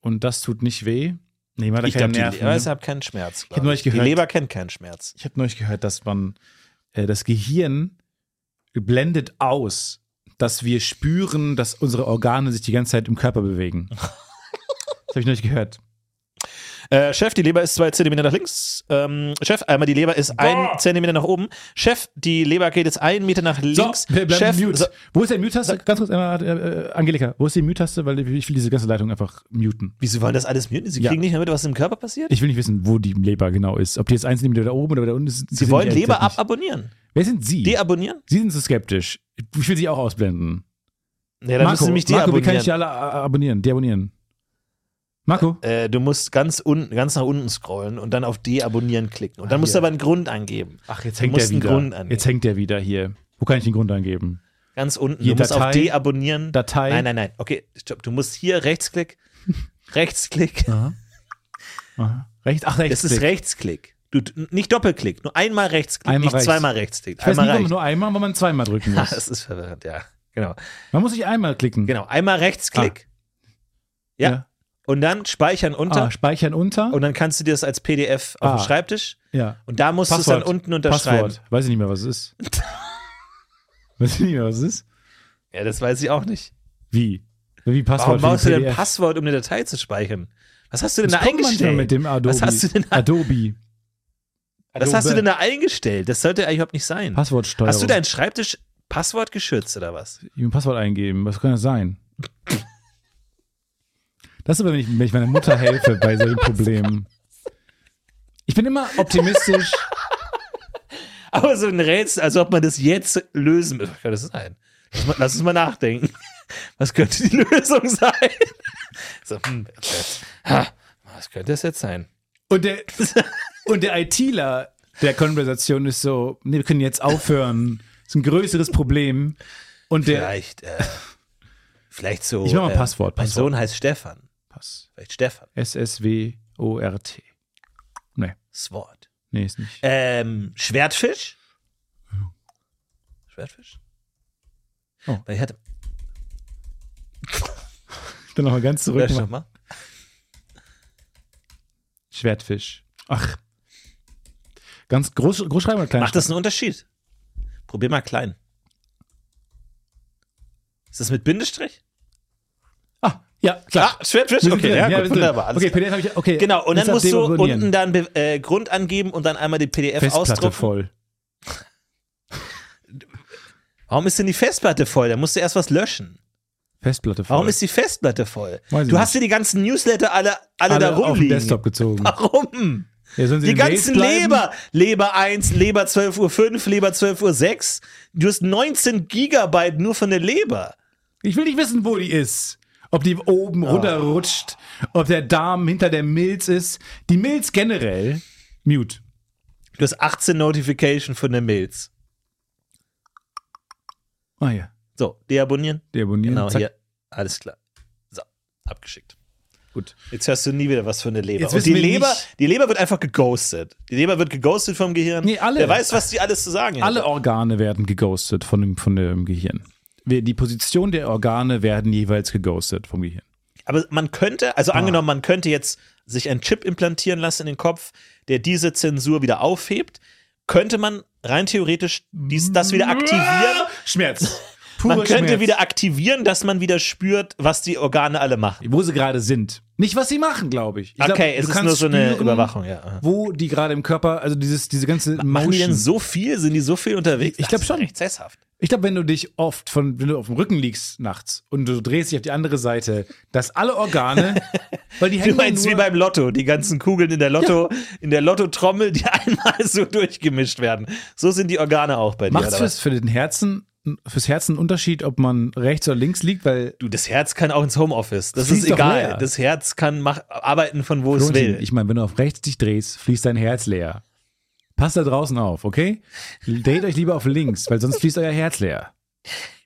S2: Und das tut nicht weh. Nee, man hat
S3: Ich
S2: da keine
S3: glaube, die
S2: Nerven.
S3: Leber
S2: Ne?
S3: hat keinen Schmerz. glaub
S2: hab neulich
S3: die
S2: gehört-
S3: Leber kennt keinen Schmerz.
S2: Ich habe neulich gehört, dass man äh, das Gehirn blendet aus, dass wir spüren, dass unsere Organe sich die ganze Zeit im Körper bewegen. Das habe ich neulich gehört.
S3: Äh, Chef, die Leber ist zwei Zentimeter nach links. Ähm, Chef, einmal die Leber ist ein Zentimeter nach oben. Chef, die Leber geht jetzt einen Meter nach links.
S2: So, wir bleiben
S3: Chef,
S2: mute.
S3: so-
S2: wo ist der Mute-Taste? Ganz kurz, einmal, äh, äh, Angelika, wo ist die Mute-Taste? Weil ich will diese ganze Leitung einfach muten.
S3: wieso wollen das alles muten? Sie
S2: Ja.
S3: kriegen nicht mehr mit, was im Körper passiert?
S2: Ich will nicht wissen, wo die Leber genau ist. Ob die jetzt eins nehmen, die da oben oder da unten ist.
S3: Sie
S2: sehe
S3: wollen
S2: ich ehrlich
S3: Leber
S2: gesagt nicht.
S3: ababonnieren.
S2: Wer sind Sie?
S3: Deabonnieren?
S2: Sie sind so skeptisch. Ich will Sie auch ausblenden.
S3: Ja, dann müssen
S2: Marco,
S3: Sie mich
S2: Marco wie kann ich die
S3: deabonnieren.
S2: alle äh, abonnieren? Deabonnieren. Marco?
S3: Äh, du musst ganz, unten, ganz nach unten scrollen und dann auf Deabonnieren klicken. Und dann
S2: Ah,
S3: musst du
S2: hier.
S3: aber einen Grund angeben.
S2: Ach, jetzt
S3: Äh, hängt der
S2: hängt der
S3: musst einen
S2: wieder.
S3: wieder. Grund angeben.
S2: jetzt hängt der wieder hier. Wo kann ich den Grund eingeben?
S3: Ganz unten.
S2: Hier,
S3: du musst auf
S2: Datei.
S3: Deabonnieren.
S2: Datei.
S3: Nein, nein, nein. Okay, stopp. Du musst hier Rechtsklick. Rechtsklick.
S2: Aha. Rechts, ach, rechts.
S3: Es ist Rechtsklick. Du, nicht Doppelklick, nur einmal Rechtsklick,
S2: Einmal
S3: nicht
S2: rechts.
S3: zweimal Rechtsklick.
S2: ich weiß
S3: einmal
S2: nicht, warum Hm.
S3: rechts.
S2: nur einmal, weil man zweimal drücken
S3: Ja,
S2: muss.
S3: das ist verwirrend, ja. Genau.
S2: Man muss sich einmal klicken.
S3: Genau. Einmal Rechtsklick Ja. und dann speichern unter.
S2: Ah, speichern unter.
S3: Und dann kannst du dir das als PDF auf
S2: Ah.
S3: dem Schreibtisch.
S2: ja.
S3: Und da musst du es dann unten unterschreiben.
S2: Passwort. Weiß ich nicht mehr, was es ist. weiß ich nicht mehr, was es ist?
S3: Ja, das weiß ich auch nicht.
S2: Wie? Wie Passwort
S3: Warum brauchst
S2: für
S3: du
S2: den
S3: denn ein
S2: PDF?
S3: Passwort, um eine Datei zu speichern? Was hast du denn
S2: Das
S3: da
S2: kommt manchmal
S3: eingestellt?
S2: mit dem Adobe.
S3: Was hast du denn da-
S2: Adobe.
S3: Was hast du
S2: Adobe.
S3: denn da eingestellt? Das sollte eigentlich überhaupt nicht sein.
S2: Passwortsteuerung.
S3: Hast du deinen Schreibtisch Passwort geschützt oder was?
S2: Ich will ein Passwort eingeben. Was kann das sein? Das ist aber, wenn ich, wenn ich meiner Mutter helfe bei solchen Problemen. Ich bin immer optimistisch.
S3: Aber so ein Rätsel, als ob man das jetzt lösen müsste. Was kann das sein? Lass, mal, lass uns mal nachdenken. Was könnte die Lösung sein? So, hm, ha, was könnte das jetzt sein?
S2: Und der, und der ITler der Konversation ist so, nee, wir können jetzt aufhören. Das ist ein größeres Problem. Und der
S3: Vielleicht, äh, vielleicht so.
S2: Ich mach mal
S3: äh,
S2: Passwort,
S3: Mein
S2: Passwort.
S3: Sohn heißt Stefan.
S2: Pass.
S3: Vielleicht Stefan.
S2: SSW-ORT. Nee,
S3: Das Wort.
S2: nee, ist nicht.
S3: Ähm, Schwertfisch? Schwertfisch?
S2: Oh.
S3: Weil ich hatte.
S2: Dann nochmal ganz zurück.
S3: Hörst du noch mal?
S2: Schwertfisch. Ach. Ganz groß, groß schreiben oder klein
S3: Macht das einen Unterschied? Probier mal klein. Ist das mit Bindestrich?
S2: Ja, klar.
S3: Ah, Schwertfisch?
S2: Wir sind
S3: Okay,
S2: drin.
S3: ja,
S2: wir
S3: gut,
S2: sind drin.
S3: wunderbar, alles
S2: Okay,
S3: klar.
S2: PDF habe ich. Okay.
S3: Genau, und dann
S2: deshalb
S3: musst du
S2: deabonnieren.
S3: unten dann Be- äh, Grund angeben und dann einmal die PDF
S2: Festplatte
S3: ausdrucken.
S2: voll.
S3: Warum ist denn die Festplatte voll? Da musst du erst was löschen.
S2: Festplatte voll.
S3: Warum ist die Festplatte voll?
S2: Weiß ich
S3: du hast
S2: nicht.
S3: dir die ganzen Newsletter alle, alle, da
S2: auf den
S3: rumliegen.
S2: Desktop gezogen?
S3: Warum?
S2: Ja, sollen sie
S3: Die
S2: den Mails
S3: ganzen
S2: bleiben?
S3: Leber. Leber 1, Leber 12 Uhr 5, Leber 12 Uhr 6. Du hast 19 Gigabyte nur von der Leber.
S2: Ich will nicht wissen, wo die ist. Ob die oben
S3: Ah.
S2: runterrutscht, ob der Darm hinter der Milz ist. Die Milz generell. Mute.
S3: Du hast 18 Notification von der Mails.
S2: Ah ja.
S3: So, deabonnieren.
S2: Deabonnieren.
S3: Genau,
S2: Zack.
S3: hier. Alles klar. So, abgeschickt.
S2: Gut.
S3: Jetzt hörst du nie wieder was von der Leber.
S2: Jetzt
S3: Und
S2: wissen
S3: die
S2: wir
S3: Leber,
S2: nicht-
S3: die Leber wird einfach geghostet. Die Leber wird geghostet vom Gehirn.
S2: Nee, alle.
S3: Wer weiß, was die alles zu sagen
S2: Alle
S3: hätte.
S2: Organe werden geghostet von dem, von dem Gehirn. Wir- Die Position der Organe werden jeweils geghostet vom Gehirn.
S3: Aber man könnte,
S2: Ah.
S3: also angenommen, man könnte jetzt sich einen Chip implantieren lassen in den Kopf, der diese Zensur wieder aufhebt, könnte man rein theoretisch dies, das wieder aktivieren.
S2: Schmerz. Pure
S3: Man könnte
S2: Schmerz.
S3: wieder aktivieren, dass man wieder spürt, was die Organe alle machen.
S2: Wo sie gerade sind. Nicht, was sie machen, glaube ich. ich
S3: Okay, es ist nur so eine Überwachung, ja. Aha.
S2: Wo die gerade im Körper, also dieses, diese ganze
S3: Machen die denn
S2: Motion.
S3: so viel? Sind die so viel unterwegs?
S2: Ich
S3: Das
S2: glaub
S3: ist
S2: schon.
S3: Recht sesshaft.
S2: Ich glaube, wenn du dich oft von, wenn du auf dem Rücken liegst nachts und du drehst dich auf die andere Seite, dass alle Organe, weil die
S3: Du
S2: hängen ja
S3: meinst
S2: nur,
S3: wie beim Lotto, die ganzen Kugeln in der Lotto, in der Lottotrommel, die einmal so durchgemischt werden. So sind die Organe auch bei dir.
S2: macht's
S3: oder was?
S2: fürs, für den Herzen, fürs Herzen einen Unterschied, ob man rechts oder links liegt, weil
S3: Du, das Herz kann auch ins Homeoffice. Das
S2: Fließt
S3: ist
S2: doch
S3: egal.
S2: leer.
S3: Das Herz kann mach, arbeiten von wo es
S2: Florentin,
S3: will.
S2: ich meine, wenn du auf rechts dich drehst, fließt dein Herz leer. Passt da draußen auf, okay? Dreht euch lieber auf links, weil sonst fließt euer Herz leer.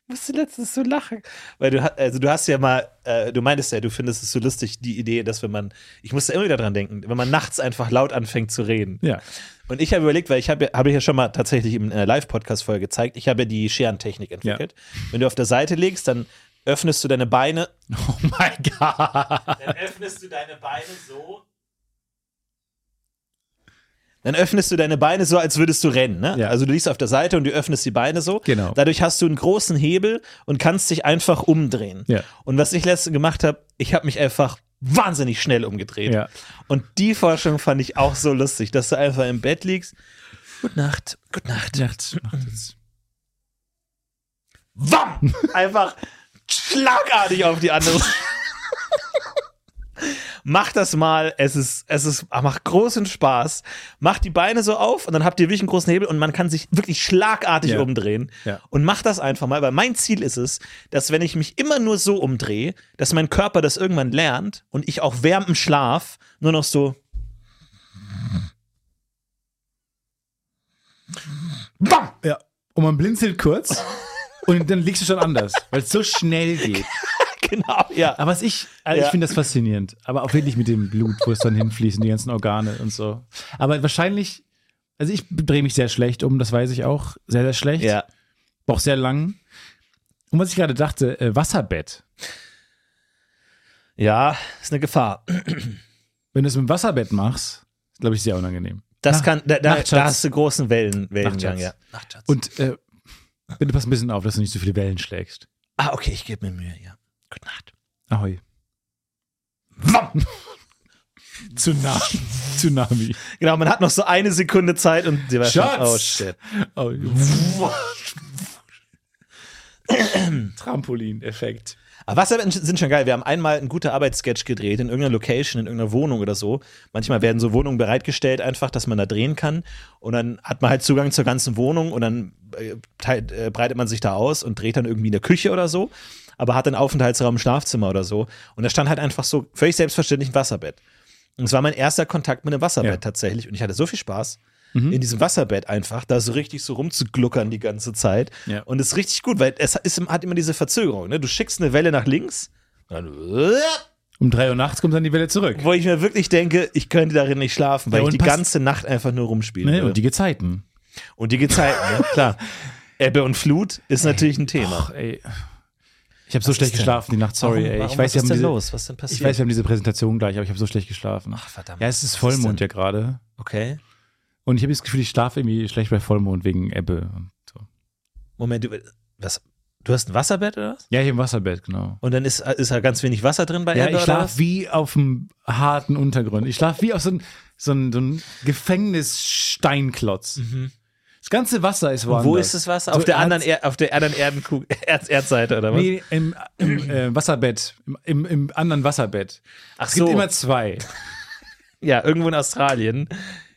S3: musste letztens so lachen. Weil du, ha- also du hast ja mal, äh, du meintest ja, du findest es so lustig, die Idee, dass wenn man, ich musste immer wieder dran denken, wenn man nachts einfach laut anfängt zu reden.
S2: Ja.
S3: Und ich habe überlegt, weil ich habe ja, habe ich ja schon mal tatsächlich in einer Live-Podcast-Folge gezeigt, ich habe ja die Scherentechnik entwickelt. Wenn du auf der Seite legst, dann öffnest du deine Beine.
S2: Oh mein Gott.
S3: Dann öffnest du deine Beine so. Dann öffnest du deine Beine so, als würdest du rennen. Ne?
S2: Ja.
S3: Also du liegst auf der Seite und du öffnest die Beine so.
S2: Genau.
S3: Dadurch hast du einen großen Hebel und kannst dich einfach umdrehen.
S2: Ja.
S3: Und was ich letztens gemacht habe, ich habe mich einfach wahnsinnig schnell umgedreht.
S2: Ja.
S3: Und die Forschung fand ich auch so lustig, dass du einfach im Bett liegst. Gute Nacht, gute Nacht.
S2: Nachts, nachts.
S3: Wam! Einfach schlagartig auf die andere. Seite. Mach das mal, es ist, es ist, macht großen Spaß. Macht die Beine so auf und dann habt ihr wirklich einen großen Hebel und man kann sich wirklich schlagartig
S2: Ja.
S3: umdrehen.
S2: Ja.
S3: Und macht das einfach mal, weil mein Ziel ist es, dass wenn ich mich immer nur so umdrehe, dass mein Körper das irgendwann lernt und ich auch während dem Schlaf nur noch so. Bam!
S2: Ja. Und man blinzelt kurz und dann liegst du schon anders, weil es so schnell geht.
S3: Genau, ja.
S2: Aber was ich, also
S3: Ja.
S2: ich finde das faszinierend. Aber auch wirklich mit dem Blut, wo es dann hinfließt und die ganzen Organe und so. Aber wahrscheinlich, also ich drehe mich sehr schlecht um, das weiß ich auch. Sehr, sehr schlecht.
S3: Ja.
S2: Auch sehr lang. Und was ich gerade dachte, äh, Wasserbett.
S3: Ja, ist eine Gefahr.
S2: Wenn du es mit dem Wasserbett machst, glaube ich, sehr unangenehm.
S3: Das
S2: Nach-
S3: kann, da, da,
S2: Nachtschatz.
S3: da hast du großen Wellen, Wellengang,
S2: Nachtschatz.
S3: ja. Nachtschatz.
S2: Und äh, bitte pass ein bisschen auf, dass du nicht so viele Wellen schlägst.
S3: ah, okay, ich gebe mir Mühe, ja. Gute Nacht.
S2: Ahoi. Tsunami. Tsunami.
S3: Genau, man hat noch so eine Sekunde Zeit und sie war schon-
S2: Schatz!
S3: oh shit.
S2: Oh. Trampolin-Effekt.
S3: Aber Wasserbett sind schon geil. Wir haben einmal einen guten Arbeitssketch gedreht in irgendeiner Location, in irgendeiner Wohnung oder so. Manchmal werden so Wohnungen bereitgestellt, einfach, dass man da drehen kann. Und dann hat man halt Zugang zur ganzen Wohnung und dann äh, teilt, äh, breitet man sich da aus und dreht dann irgendwie in der Küche oder so. Aber hat einen Aufenthaltsraum, Schlafzimmer oder so. Und da stand halt einfach so völlig selbstverständlich ein Wasserbett. Und es war mein erster Kontakt mit einem Wasserbett
S2: Ja.
S3: tatsächlich. Und ich hatte so viel Spaß in diesem Wasserbett einfach, da so richtig so rumzugluckern die ganze Zeit.
S2: Ja.
S3: Und es ist richtig gut, weil es ist, hat immer diese Verzögerung. Ne? Du schickst eine Welle nach links, und dann, äh,
S2: Um 3 Uhr nachts kommt dann die Welle zurück.
S3: wo ich mir wirklich denke, ich könnte darin nicht schlafen, weil
S2: Ja,
S3: ich
S2: und
S3: die
S2: passt-
S3: ganze Nacht einfach nur rumspielen
S2: Ne?
S3: würde.
S2: Und die Gezeiten.
S3: und die Gezeiten, ne? klar. Ebbe und Flut ist natürlich ein Thema.
S2: Ach, ey. Ich habe so schlecht
S3: ist denn?
S2: geschlafen die Nacht, sorry,
S3: Warum-
S2: ey.
S3: warum,
S2: Ich weiß,
S3: was ist
S2: wir haben
S3: denn
S2: diese,
S3: los? Was ist denn passiert?
S2: ich weiß, wir haben diese Präsentation gleich, aber ich habe so schlecht geschlafen.
S3: Ach, verdammt.
S2: ja, es ist
S3: Was
S2: Vollmond
S3: denn?
S2: ja gerade.
S3: Okay.
S2: Und ich habe das Gefühl, ich schlafe irgendwie schlecht bei Vollmond wegen Ebbe. Und so.
S3: Moment, du, was, Du hast ein Wasserbett oder was?
S2: Ja, hier im Wasserbett, genau.
S3: Und dann ist, ist halt ganz wenig Wasser drin bei
S2: Ja,
S3: Ebbe
S2: ich
S3: oder was?
S2: schlafe wie auf einem harten Untergrund. Ich schlafe wie auf so einem so ein, so ein Gefängnissteinklotz. Das ganze Wasser ist woanders.
S3: Mhm. Wo ist das Wasser? Auf,
S2: So
S3: der,
S2: Erz-
S3: anderen er auf der anderen Erdenkugel, Erz Erdseite oder was?
S2: Nee, im, im äh, Wasserbett, im, im, im anderen Wasserbett.
S3: Ach
S2: es gibt
S3: so.
S2: immer zwei.
S3: Ja, irgendwo in Australien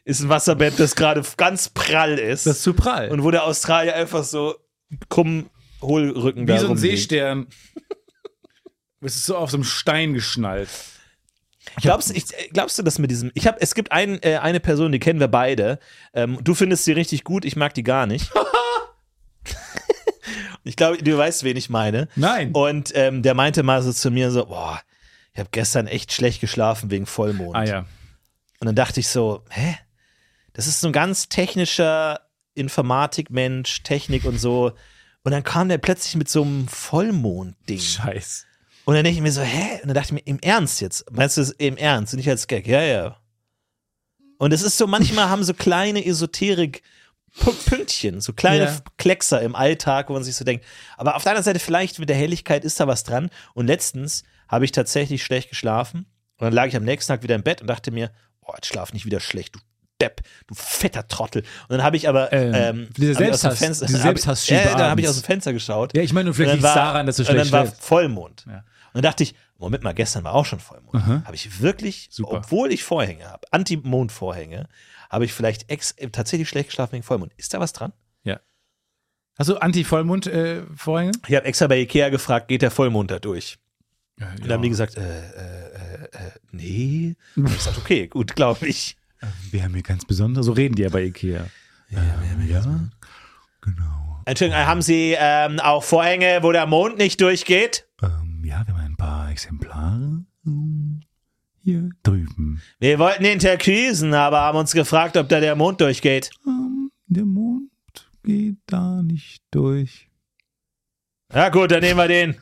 S3: ist ein Wasserbett, das gerade ganz prall ist.
S2: Das ist zu prall.
S3: und wo der Australier einfach so krumm Hohlrücken
S2: wie
S3: da
S2: so ein
S3: rumliegt.
S2: Seestern. es ist so auf so einem Stein geschnallt.
S3: Glaubst, ich, äh, glaubst du, dass mit diesem. Ich hab, es gibt ein, äh, eine Person, die kennen wir beide. Ähm, du findest sie richtig gut, ich mag die gar nicht. ich glaube, du weißt, wen ich meine.
S2: Nein.
S3: Und ähm, der meinte mal so zu mir so: Boah, ich habe gestern echt schlecht geschlafen wegen Vollmond.
S2: Ah ja.
S3: Und dann dachte ich so: Hä? Das ist so ein ganz technischer Informatikmensch, Technik und so. Und dann kam der plötzlich mit so einem Vollmond-Ding.
S2: Scheiß.
S3: Und dann denke ich mir so, hä? Und dann dachte ich mir, im Ernst jetzt? Meinst du das im Ernst und nicht als Gag? Ja, ja. Und es ist so, manchmal haben so kleine Esoterik-Pünktchen, so kleine
S2: Ja.
S3: Kleckser im Alltag, wo man sich so denkt. Aber auf der anderen Seite, vielleicht mit der Helligkeit ist da was dran. Und letztens habe ich tatsächlich schlecht geschlafen. Und dann lag ich am nächsten Tag wieder im Bett und dachte mir, oh, jetzt schlaf nicht wieder schlecht, du Depp, du fetter Trottel. Und dann habe ich aber
S2: Ähm,
S3: ähm,
S2: diese
S3: habe ich aus dem
S2: Selbsthass-
S3: Fenster, habe
S2: diese
S3: ich-
S2: Selbsthassschieber
S3: ja, dann habe ich
S2: abends.
S3: aus dem Fenster geschaut.
S2: Ja, ich meine, vielleicht
S3: Und
S2: liegt
S3: dann
S2: es
S3: war-
S2: daran, dass du
S3: und
S2: schlecht
S3: dann war
S2: schläfst.
S3: Vollmond.
S2: Ja.
S3: Und dann dachte ich, Moment mal, gestern war auch schon Vollmond. Habe ich wirklich,
S2: Super.
S3: obwohl ich Vorhänge habe, Anti-Mond-Vorhänge, habe ich vielleicht ex äh, tatsächlich schlecht geschlafen wegen Vollmond. Ist da was dran?
S2: Hast du äh, Anti-Vollmond-Vorhänge?
S3: Ich habe extra bei Ikea gefragt, geht der Vollmond da durch?
S2: ja,
S3: Und dann haben die gesagt, äh, äh, äh, äh, nee. Und ich gesagt, okay, gut, glaube ich.
S2: Wir haben hier ganz besonders, so reden die ja bei Ikea. Ja, ähm, ja. genau.
S3: Entschuldigung, haben Sie ähm, auch Vorhänge, wo der Mond nicht durchgeht?
S2: Ähm, ja, wir haben ein paar Exemplare ähm, hier drüben.
S3: Wir wollten den Terküsen, aber haben uns gefragt, ob da der Mond durchgeht.
S2: Ähm, der Mond geht da nicht durch.
S3: Ja gut, dann nehmen wir den.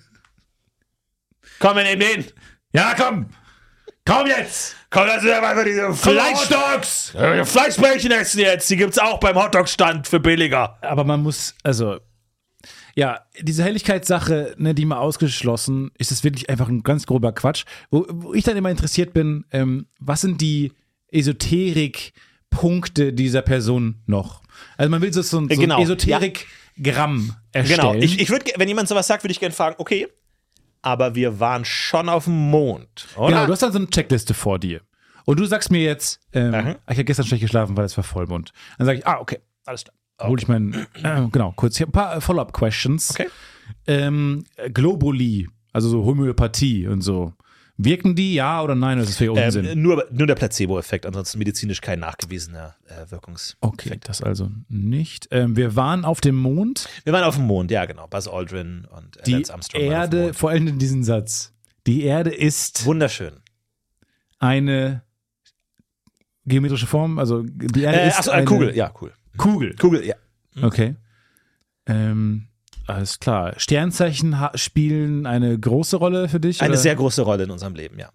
S3: Komm, wir nehmen den.
S2: Ja, komm! Komm jetzt!
S3: Komm, lass uns einfach diese
S2: Fleischstocks!
S3: Fleisch Fleischbällchen essen jetzt. Die gibt's auch beim Hotdog-Stand für billiger.
S2: Aber man muss, also, ja, diese Helligkeitssache, ne, die mal ausgeschlossen, ist es wirklich einfach ein ganz grober Quatsch. Wo, wo ich dann immer interessiert bin, ähm, was sind die Esoterik-Punkte dieser Person noch? Also man will so, so, ein- so
S3: Genau,
S2: ein Esoterik-Gramm erstellen.
S3: Genau. Ich, ich würd, ge- wenn jemand sowas sagt, würde ich gerne fragen, okay, aber wir waren schon auf dem Mond, oder?
S2: Genau, du hast dann so eine Checkliste vor dir. Und du sagst mir jetzt, ähm,
S3: Mhm.
S2: ich habe gestern schlecht geschlafen, weil es war Vollmond. Dann sage ich, ah, okay, alles klar. Hol ich meinen, äh, genau, kurz hier ein paar äh, Follow-up-Questions.
S3: Okay.
S2: Ähm, äh, Globuli, also so Homöopathie und so. Wirken die, ja oder nein? Das ist für
S3: ähm,
S2: Unsinn.
S3: nur, nur der Placebo-Effekt, ansonsten medizinisch kein nachgewiesener äh, Wirkungs.
S2: okay, das also nicht. Ähm, wir waren auf dem Mond.
S3: Wir waren auf dem Mond, ja genau. Buzz Aldrin und äh,
S2: Die
S3: Lance Armstrong waren auf dem
S2: Erde,
S3: Mond.
S2: vor allem in diesen Satz. Die Erde ist
S3: Wunderschön.
S2: eine geometrische Form, also die Erde
S3: Äh,
S2: ist
S3: achso,
S2: eine
S3: eine Kugel, ja, cool.
S2: Kugel.
S3: Kugel, ja.
S2: Okay. Ähm, alles klar. Sternzeichen ha- spielen eine große Rolle für dich?
S3: Eine
S2: oder?
S3: sehr große Rolle in unserem Leben, ja.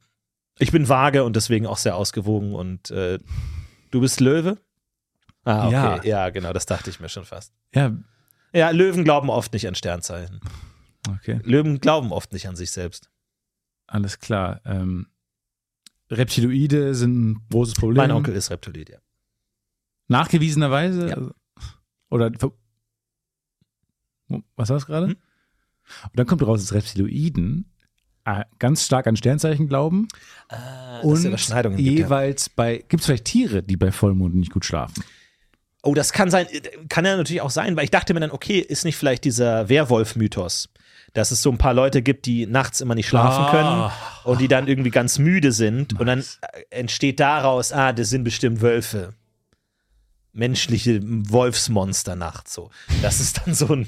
S3: Ich bin vage und deswegen auch sehr ausgewogen und äh, du bist Löwe? Ah, okay.
S2: Ja.
S3: Ja. genau, das dachte ich mir schon fast.
S2: Ja,
S3: Ja, Löwen glauben oft nicht an Sternzeichen.
S2: okay.
S3: Löwen glauben oft nicht an sich selbst.
S2: Alles klar. Ähm, Reptiloide sind ein großes Problem.
S3: Mein Onkel ist Reptilid, ja.
S2: Nachgewiesenerweise?
S3: Ja.
S2: Also- Oder. ver- Was war es gerade?
S3: Hm?
S2: Und dann kommt raus, dass Reptiloiden äh, ganz stark an Sternzeichen glauben.
S3: dass es
S2: und
S3: Überschneidungen gibt, ja.
S2: jeweils bei. Gibt es vielleicht Tiere, die bei Vollmond nicht gut schlafen?
S3: Oh, das kann sein, kann ja natürlich auch sein, weil ich dachte mir dann, okay, ist nicht vielleicht dieser Werwolf-Mythos, dass es so ein paar Leute gibt, die nachts immer nicht schlafen
S2: Ah.
S3: können und die dann irgendwie ganz müde sind und dann äh, entsteht daraus, ah, das sind bestimmt Wölfe. Menschliche Wolfsmonster nachts so. Das ist dann so ein,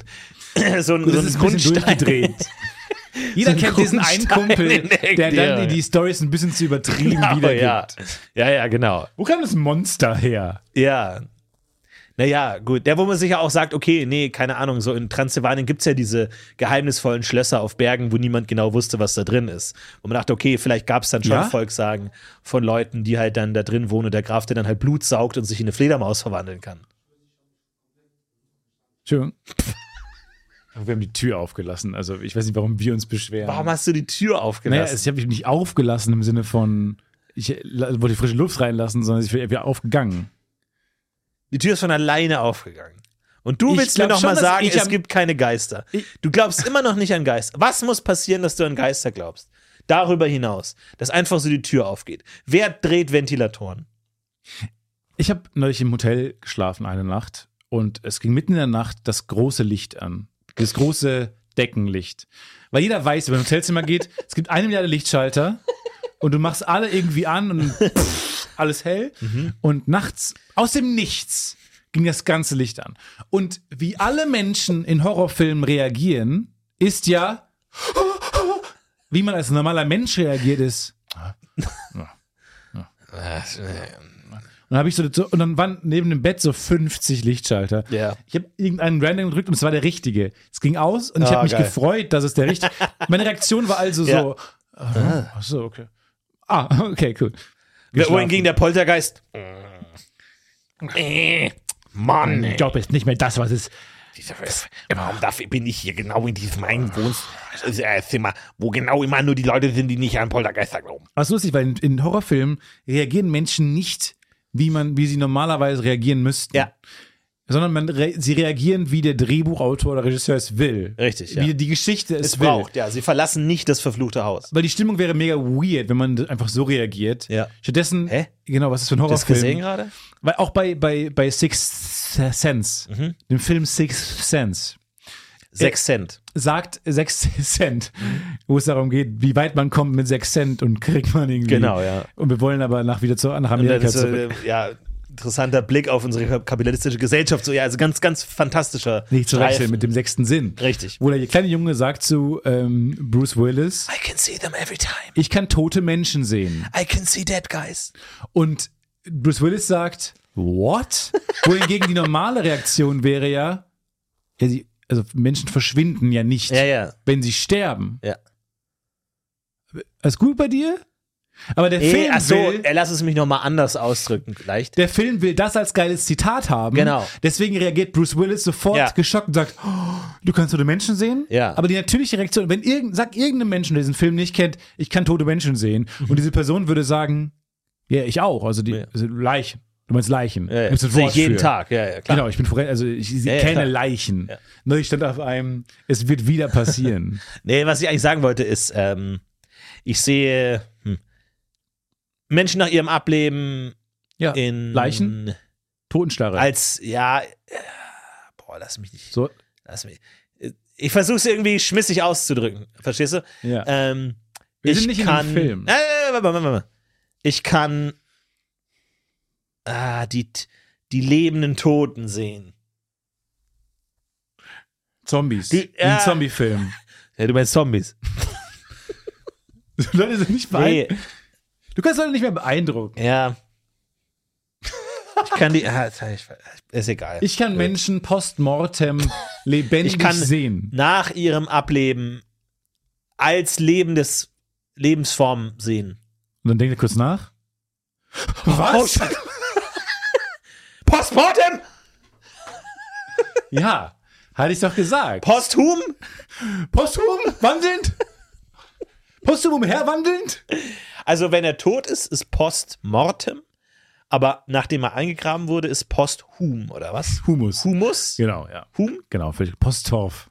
S3: so ein,
S2: Gut,
S3: so
S2: das
S3: ein
S2: ist ein bisschen
S3: Grundstein.
S2: durchgedreht.
S3: So
S2: Jeder
S3: ein
S2: kennt diesen einen
S3: Grundstein
S2: Kumpel,
S3: in der
S2: der dann
S3: Ecke.
S2: die, die Stories ein bisschen zu übertrieben
S3: Genau,
S2: wiedergibt.
S3: ja. ja, ja, genau.
S2: Wo kam das Monster her?
S3: Ja. Naja, gut. Der, wo man sich ja auch sagt, okay, nee, keine Ahnung, so in Transsilvanien gibt es ja diese geheimnisvollen Schlösser auf Bergen, wo niemand genau wusste, was da drin ist. Wo man dachte, okay, vielleicht gab es dann schon
S2: Ja?
S3: Volkssagen von Leuten, die halt dann da drin wohnen und der Graf, der dann halt Blut saugt und sich in eine Fledermaus verwandeln kann.
S2: Entschuldigung. Wir haben die Tür aufgelassen. Also ich weiß nicht, warum wir uns beschweren.
S3: Warum hast du die Tür
S2: naja,
S3: aufgelassen?
S2: es- ich habe mich nicht aufgelassen im Sinne von, ich la- wollte frische Luft reinlassen, sondern ich bin wieder aufgegangen.
S3: die Tür ist von alleine aufgegangen. Und du
S2: Ich
S3: willst mir
S2: glaub
S3: noch
S2: schon,
S3: mal
S2: dass
S3: sagen,
S2: ich
S3: es
S2: am-
S3: gibt keine Geister.
S2: Ich-
S3: Du glaubst immer noch nicht an Geister. Was muss passieren, dass du an Geister glaubst? Darüber hinaus, dass einfach so die Tür aufgeht. Wer dreht Ventilatoren?
S2: Ich habe neulich im Hotel geschlafen eine Nacht und es ging mitten in der Nacht das große Licht an. Das große Deckenlicht. Weil jeder weiß, wenn man ins Hotelzimmer geht, es gibt eine Milliarde Lichtschalter und du machst alle irgendwie an und pff, alles hell. Und nachts, aus dem Nichts, ging das ganze Licht an. Und wie alle Menschen in Horrorfilmen reagieren, ist ja, wie man als normaler Mensch reagiert, ist. Und dann habe ich so, so, und dann waren neben dem Bett so 50 Lichtschalter.
S3: Ja.
S2: Ich habe irgendeinen random gedrückt und es war der richtige. Es ging aus und ich
S3: Ah,
S2: habe mich
S3: geil.
S2: gefreut, dass es der richtige. Meine Reaktion war also
S3: Ja.
S2: so, ah, ach so, okay. Ah, okay, cool.
S3: Wer- Wohin ging der Poltergeist? Äh, Mann,
S2: Mein
S3: ey.
S2: Job ist nicht mehr das, was es.
S3: Dieser Vers- Warum dafür bin ich hier genau in diesem einen Wohnzimmer, äh, wo genau immer nur die Leute sind, die nicht an Poltergeister glauben?
S2: Was lustig, weil in, in Horrorfilmen reagieren Menschen nicht, wie man, wie sie normalerweise reagieren müssten.
S3: Ja.
S2: Sondern man re sie reagieren, wie der Drehbuchautor oder Regisseur es will.
S3: Richtig, ja.
S2: Wie die Geschichte es,
S3: Es
S2: will.
S3: braucht, ja. Sie verlassen nicht das verfluchte Haus.
S2: Weil die Stimmung wäre mega weird, wenn man einfach so reagiert.
S3: Ja.
S2: Stattdessen,
S3: Hä?
S2: genau, was ist für ein
S3: Hast du das gesehen gerade?
S2: Horrorfilm?
S3: Mhm.
S2: Weil auch bei, bei, bei Sixth Sense, dem Film Sixth Sense,
S3: Sechs Cent.
S2: sagt Sechs Cent, wo es darum geht, wie weit man kommt mit Sechs Cent und kriegt man irgendwie.
S3: Genau, ja.
S2: Und wir wollen aber nach wieder zu, nach
S3: Und
S2: Amerika
S3: dann ist,
S2: zurück.
S3: äh, ja, interessanter Blick auf unsere kapitalistische Gesellschaft. So, ja, also ganz, ganz fantastischer.
S2: Nicht zu
S3: Streifen.
S2: wechseln mit dem sechsten Sinn.
S3: Richtig.
S2: Wo der kleine Junge sagt zu ähm, Bruce Willis,
S3: I can see them every time.
S2: ich kann tote Menschen sehen.
S3: I can see dead guys.
S2: Und Bruce Willis sagt, what? Wohingegen die normale Reaktion wäre ja, ja sie, also Menschen verschwinden ja nicht,
S3: Ja, ja.
S2: wenn sie sterben.
S3: Ja.
S2: Alles gut bei dir? Aber der
S3: Ey,
S2: Film
S3: Eh, ach so,
S2: will,
S3: äh, lass es mich nochmal anders ausdrücken, vielleicht.
S2: der Film will das als geiles Zitat haben.
S3: Genau.
S2: Deswegen reagiert Bruce Willis sofort
S3: Ja.
S2: geschockt und sagt, oh, du kannst tote Menschen sehen?
S3: Ja.
S2: Aber die natürliche Reaktion, wenn irgend, sagt irgendein Menschen, der diesen Film nicht kennt, ich kann tote Menschen sehen. Und diese Person würde sagen, ja, ich auch. Also die
S3: Mhm. Ja.
S2: also Leichen. Du meinst Leichen.
S3: Ja, ja.
S2: Gibt's ein
S3: äh, Sehe
S2: Wort
S3: ich jeden
S2: für.
S3: Tag, ja, ja, klar.
S2: Genau, ich bin Forell, also ich, ich
S3: ja,
S2: kenne
S3: klar.
S2: Leichen. Neulich stand auf einem, es wird wieder passieren.
S3: Nee, was ich eigentlich sagen wollte, ist, ähm, ich sehe hm, Menschen nach ihrem Ableben
S2: ja,
S3: in.
S2: Leichen? Totenstarre.
S3: Als, ja. Äh, boah, lass mich nicht.
S2: so,
S3: Lass mich. Ich versuche es irgendwie schmissig auszudrücken. Verstehst du?
S2: ja.
S3: Ähm,
S2: Wir
S3: ich
S2: sind nicht in
S3: kann,
S2: einem Film.
S3: Äh, warte, warte, warte, warte. Ich kann ah, die, die lebenden Toten sehen.
S2: Zombies.
S3: die-
S2: Wie ein
S3: ja.
S2: Zombie-Film.
S3: Ja, du meinst Zombies.
S2: Leute sind nicht
S3: Nee,
S2: beeindruckt. Du kannst Leute nicht mehr beeindrucken.
S3: ja. Ich kann die. Ah, ich, ist egal.
S2: Ich kann Menschen postmortem lebendig
S3: Ich kann-
S2: sehen.
S3: nach ihrem Ableben als lebendes Lebensform sehen.
S2: Und dann denkt er kurz nach. Was?
S3: Oh, Postmortem!
S2: ja, hatte ich doch gesagt.
S3: Posthum?
S2: Posthum wandelnd? Posthum umherwandelnd?
S3: Also, wenn er tot ist, ist Postmortem. Aber nachdem er eingegraben wurde, ist Posthum, oder was?
S2: Humus.
S3: Humus?
S2: Genau, ja.
S3: Hum?
S2: Genau, für Posttorf.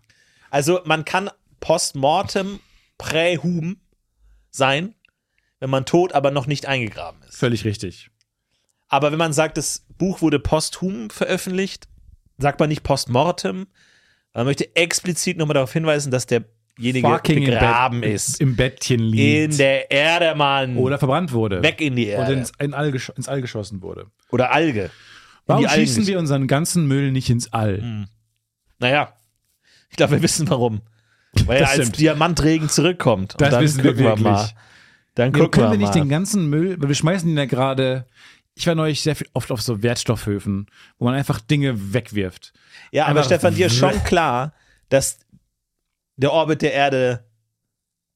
S3: Also, man kann Postmortem Prähum sein, wenn man tot, aber noch nicht eingegraben ist.
S2: Völlig richtig.
S3: Aber wenn man sagt, das Buch wurde posthum veröffentlicht, sagt man nicht postmortem. Man möchte explizit nochmal darauf hinweisen, dass derjenige
S2: fucking
S3: begraben
S2: im Bett,
S3: ist.
S2: Im Bettchen liegt.
S3: In der Erde, Mann.
S2: oder verbrannt wurde.
S3: weg in die
S2: Und
S3: Erde.
S2: ins, in All gesch ins All geschossen wurde.
S3: Oder Alge. In
S2: Warum
S3: die Algen
S2: schießen wir unseren ganzen Müll nicht ins All?
S3: Naja, ich glaube, wir wissen warum. Weil er
S2: Das
S3: als
S2: stimmt.
S3: Diamantregen zurückkommt. Und
S2: Das
S3: dann
S2: wissen wir
S3: gucken wir
S2: wirklich.
S3: mal. Dann
S2: Ja,
S3: gucken
S2: können
S3: wir
S2: wir nicht den
S3: mal.
S2: ganzen Müll, weil wir schmeißen ihn ja gerade. Ich war neulich sehr viel, oft auf so Wertstoffhöfen, wo man einfach Dinge wegwirft.
S3: Ja, aber
S2: einfach-
S3: Stefan, dir ist schon klar, dass der Orbit der Erde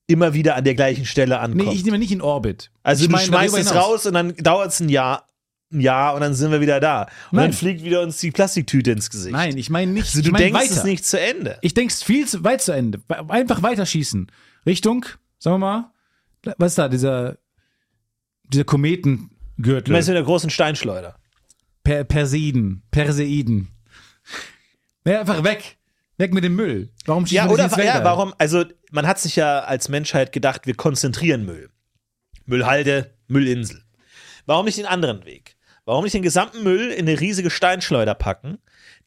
S3: immer wieder an der gleichen Stelle
S2: Nee,
S3: ankommt.
S2: ich nehme nicht in Orbit.
S3: Also
S2: ich
S3: du
S2: meine
S3: schmeißt
S2: darüber
S3: es
S2: hinaus.
S3: raus und dann dauert es ein Jahr ein Jahr und dann sind wir wieder da. Und
S2: Nein.
S3: dann fliegt wieder uns die Plastiktüte ins Gesicht.
S2: Nein, ich meine nicht.
S3: Also du
S2: ich mein
S3: denkst
S2: weiter.
S3: es nicht zu Ende.
S2: Ich denk's viel zu weit zu Ende. Einfach weiterschießen. Richtung, sagen wir mal, was ist da, dieser, dieser
S3: Du meinst
S2: Kometengürtel?
S3: mit der großen Steinschleuder.
S2: Per Perseiden. Perseiden. Ja, einfach weg. Weg mit dem Müll. Warum schießt
S3: Ja,
S2: man
S3: oder
S2: das ins
S3: ja,
S2: Weltall?
S3: warum? Also, man hat sich ja als Menschheit gedacht, wir konzentrieren Müll. Müllhalde, Müllinsel. Warum nicht den anderen Weg? Warum nicht den gesamten Müll in eine riesige Steinschleuder packen,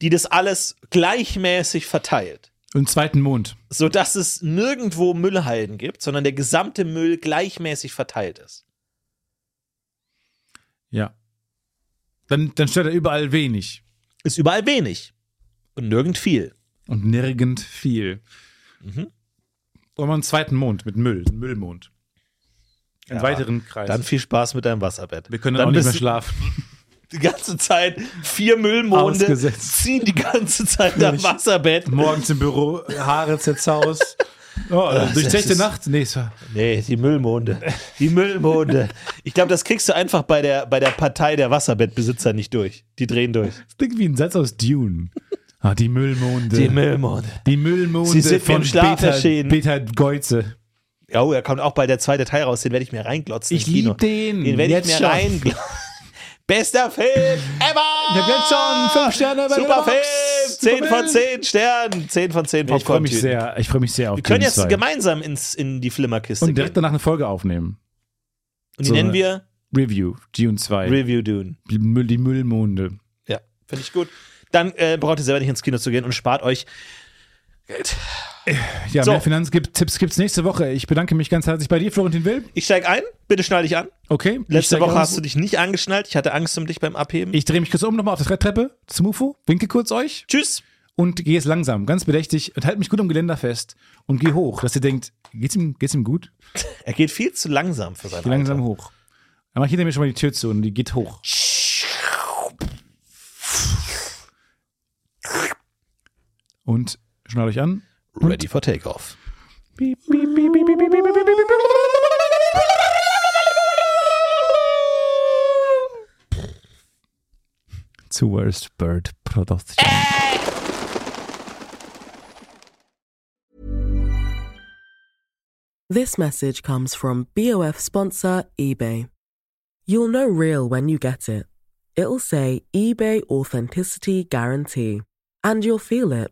S3: die das alles gleichmäßig verteilt?
S2: Und zweiten Mond.
S3: Sodass es nirgendwo Müllhalden gibt, sondern der gesamte Müll gleichmäßig verteilt ist.
S2: Ja. Dann, dann stört er überall wenig.
S3: Ist überall wenig. Und nirgend viel.
S2: Und nirgend viel.
S3: Mhm.
S2: Und mal einen zweiten Mond mit Müll. Einen Müllmond. Einen
S3: Ja,
S2: weiteren Kreis.
S3: Dann viel Spaß mit deinem Wasserbett.
S2: wir können dann
S3: dann
S2: auch nicht mehr
S3: bist-
S2: schlafen.
S3: die ganze Zeit vier Müllmonde
S2: Ausgesetzt.
S3: ziehen die ganze Zeit am
S2: Ich-
S3: Wasserbett.
S2: Morgens im Büro, Haare zerzaust. Oh,
S3: Ach,
S2: durchzechte
S3: das ist-
S2: Nacht? Nee, es war.
S3: Nee, die Müllmonde. Die Müllmonde. Ich glaube, das kriegst du einfach bei der, bei der Partei der Wasserbettbesitzer nicht durch. Die drehen durch.
S2: Das klingt wie ein Satz aus Dune. Ah, die Müllmonde.
S3: Die Müllmonde.
S2: Die Müllmonde
S3: Sie sind mir
S2: von
S3: im Schlaf
S2: Peter,
S3: erschienen.
S2: Peter Geuze.
S3: Ja, Oh, da kommt auch bei der zweite Teil raus. Den werde ich mir reinglotzen.
S2: Ich
S3: im Kino.
S2: lieb den.
S3: Den werde ich
S2: Jetzt
S3: mir
S2: schon.
S3: reinglotzen. Bester Film ever!
S2: Der wird schon fünf Sterne bei
S3: Super
S2: der
S3: Film!
S2: Box.
S3: 10
S2: Super
S3: von 10 Sternen. 10 von 10
S2: Ich freue mich
S3: Popcorn-Tüten.
S2: sehr. Ich freue mich sehr auf
S3: Wir können
S2: Dune
S3: jetzt
S2: 2.
S3: gemeinsam ins, in die Flimmerkiste
S2: Und direkt
S3: gehen.
S2: danach eine Folge aufnehmen.
S3: Und die
S2: so-
S3: nennen wir
S2: Review, Dune 2.
S3: Review Dune.
S2: die, Müll, die Müllmonde.
S3: Ja, finde ich gut. Dann äh, braucht ihr selber nicht ins Kino zu gehen und spart euch Geld.
S2: Ja,
S3: So.
S2: mehr Finanztipps gibt's nächste Woche. Ich bedanke mich ganz herzlich bei dir, Florentin Will.
S3: Ich steig ein, bitte schnall dich an.
S2: Okay. ich
S3: Letzte
S2: steige
S3: Woche
S2: aus.
S3: hast du dich nicht angeschnallt. Ich hatte Angst um dich beim Abheben.
S2: Ich drehe mich kurz um nochmal auf der Treppe zum UFO, winke kurz euch
S3: Tschüss.
S2: und gehe jetzt langsam, ganz bedächtig und halte mich gut am Geländer fest und gehe hoch, dass ihr denkt, geht's ihm, geht's ihm gut?
S3: Er geht viel zu langsam für sein
S2: Geh langsam hoch. Dann mache ich hinter mir schon mal die Tür zu und die geht hoch. Und schnallt euch an.
S3: Alter. Ready for Takeoff.
S2: Zu Worst Bird Production.
S4: This message comes from BOF sponsor eBay. You'll know real when you get it. It'll say eBay Authenticity Guarantee. And you'll feel it.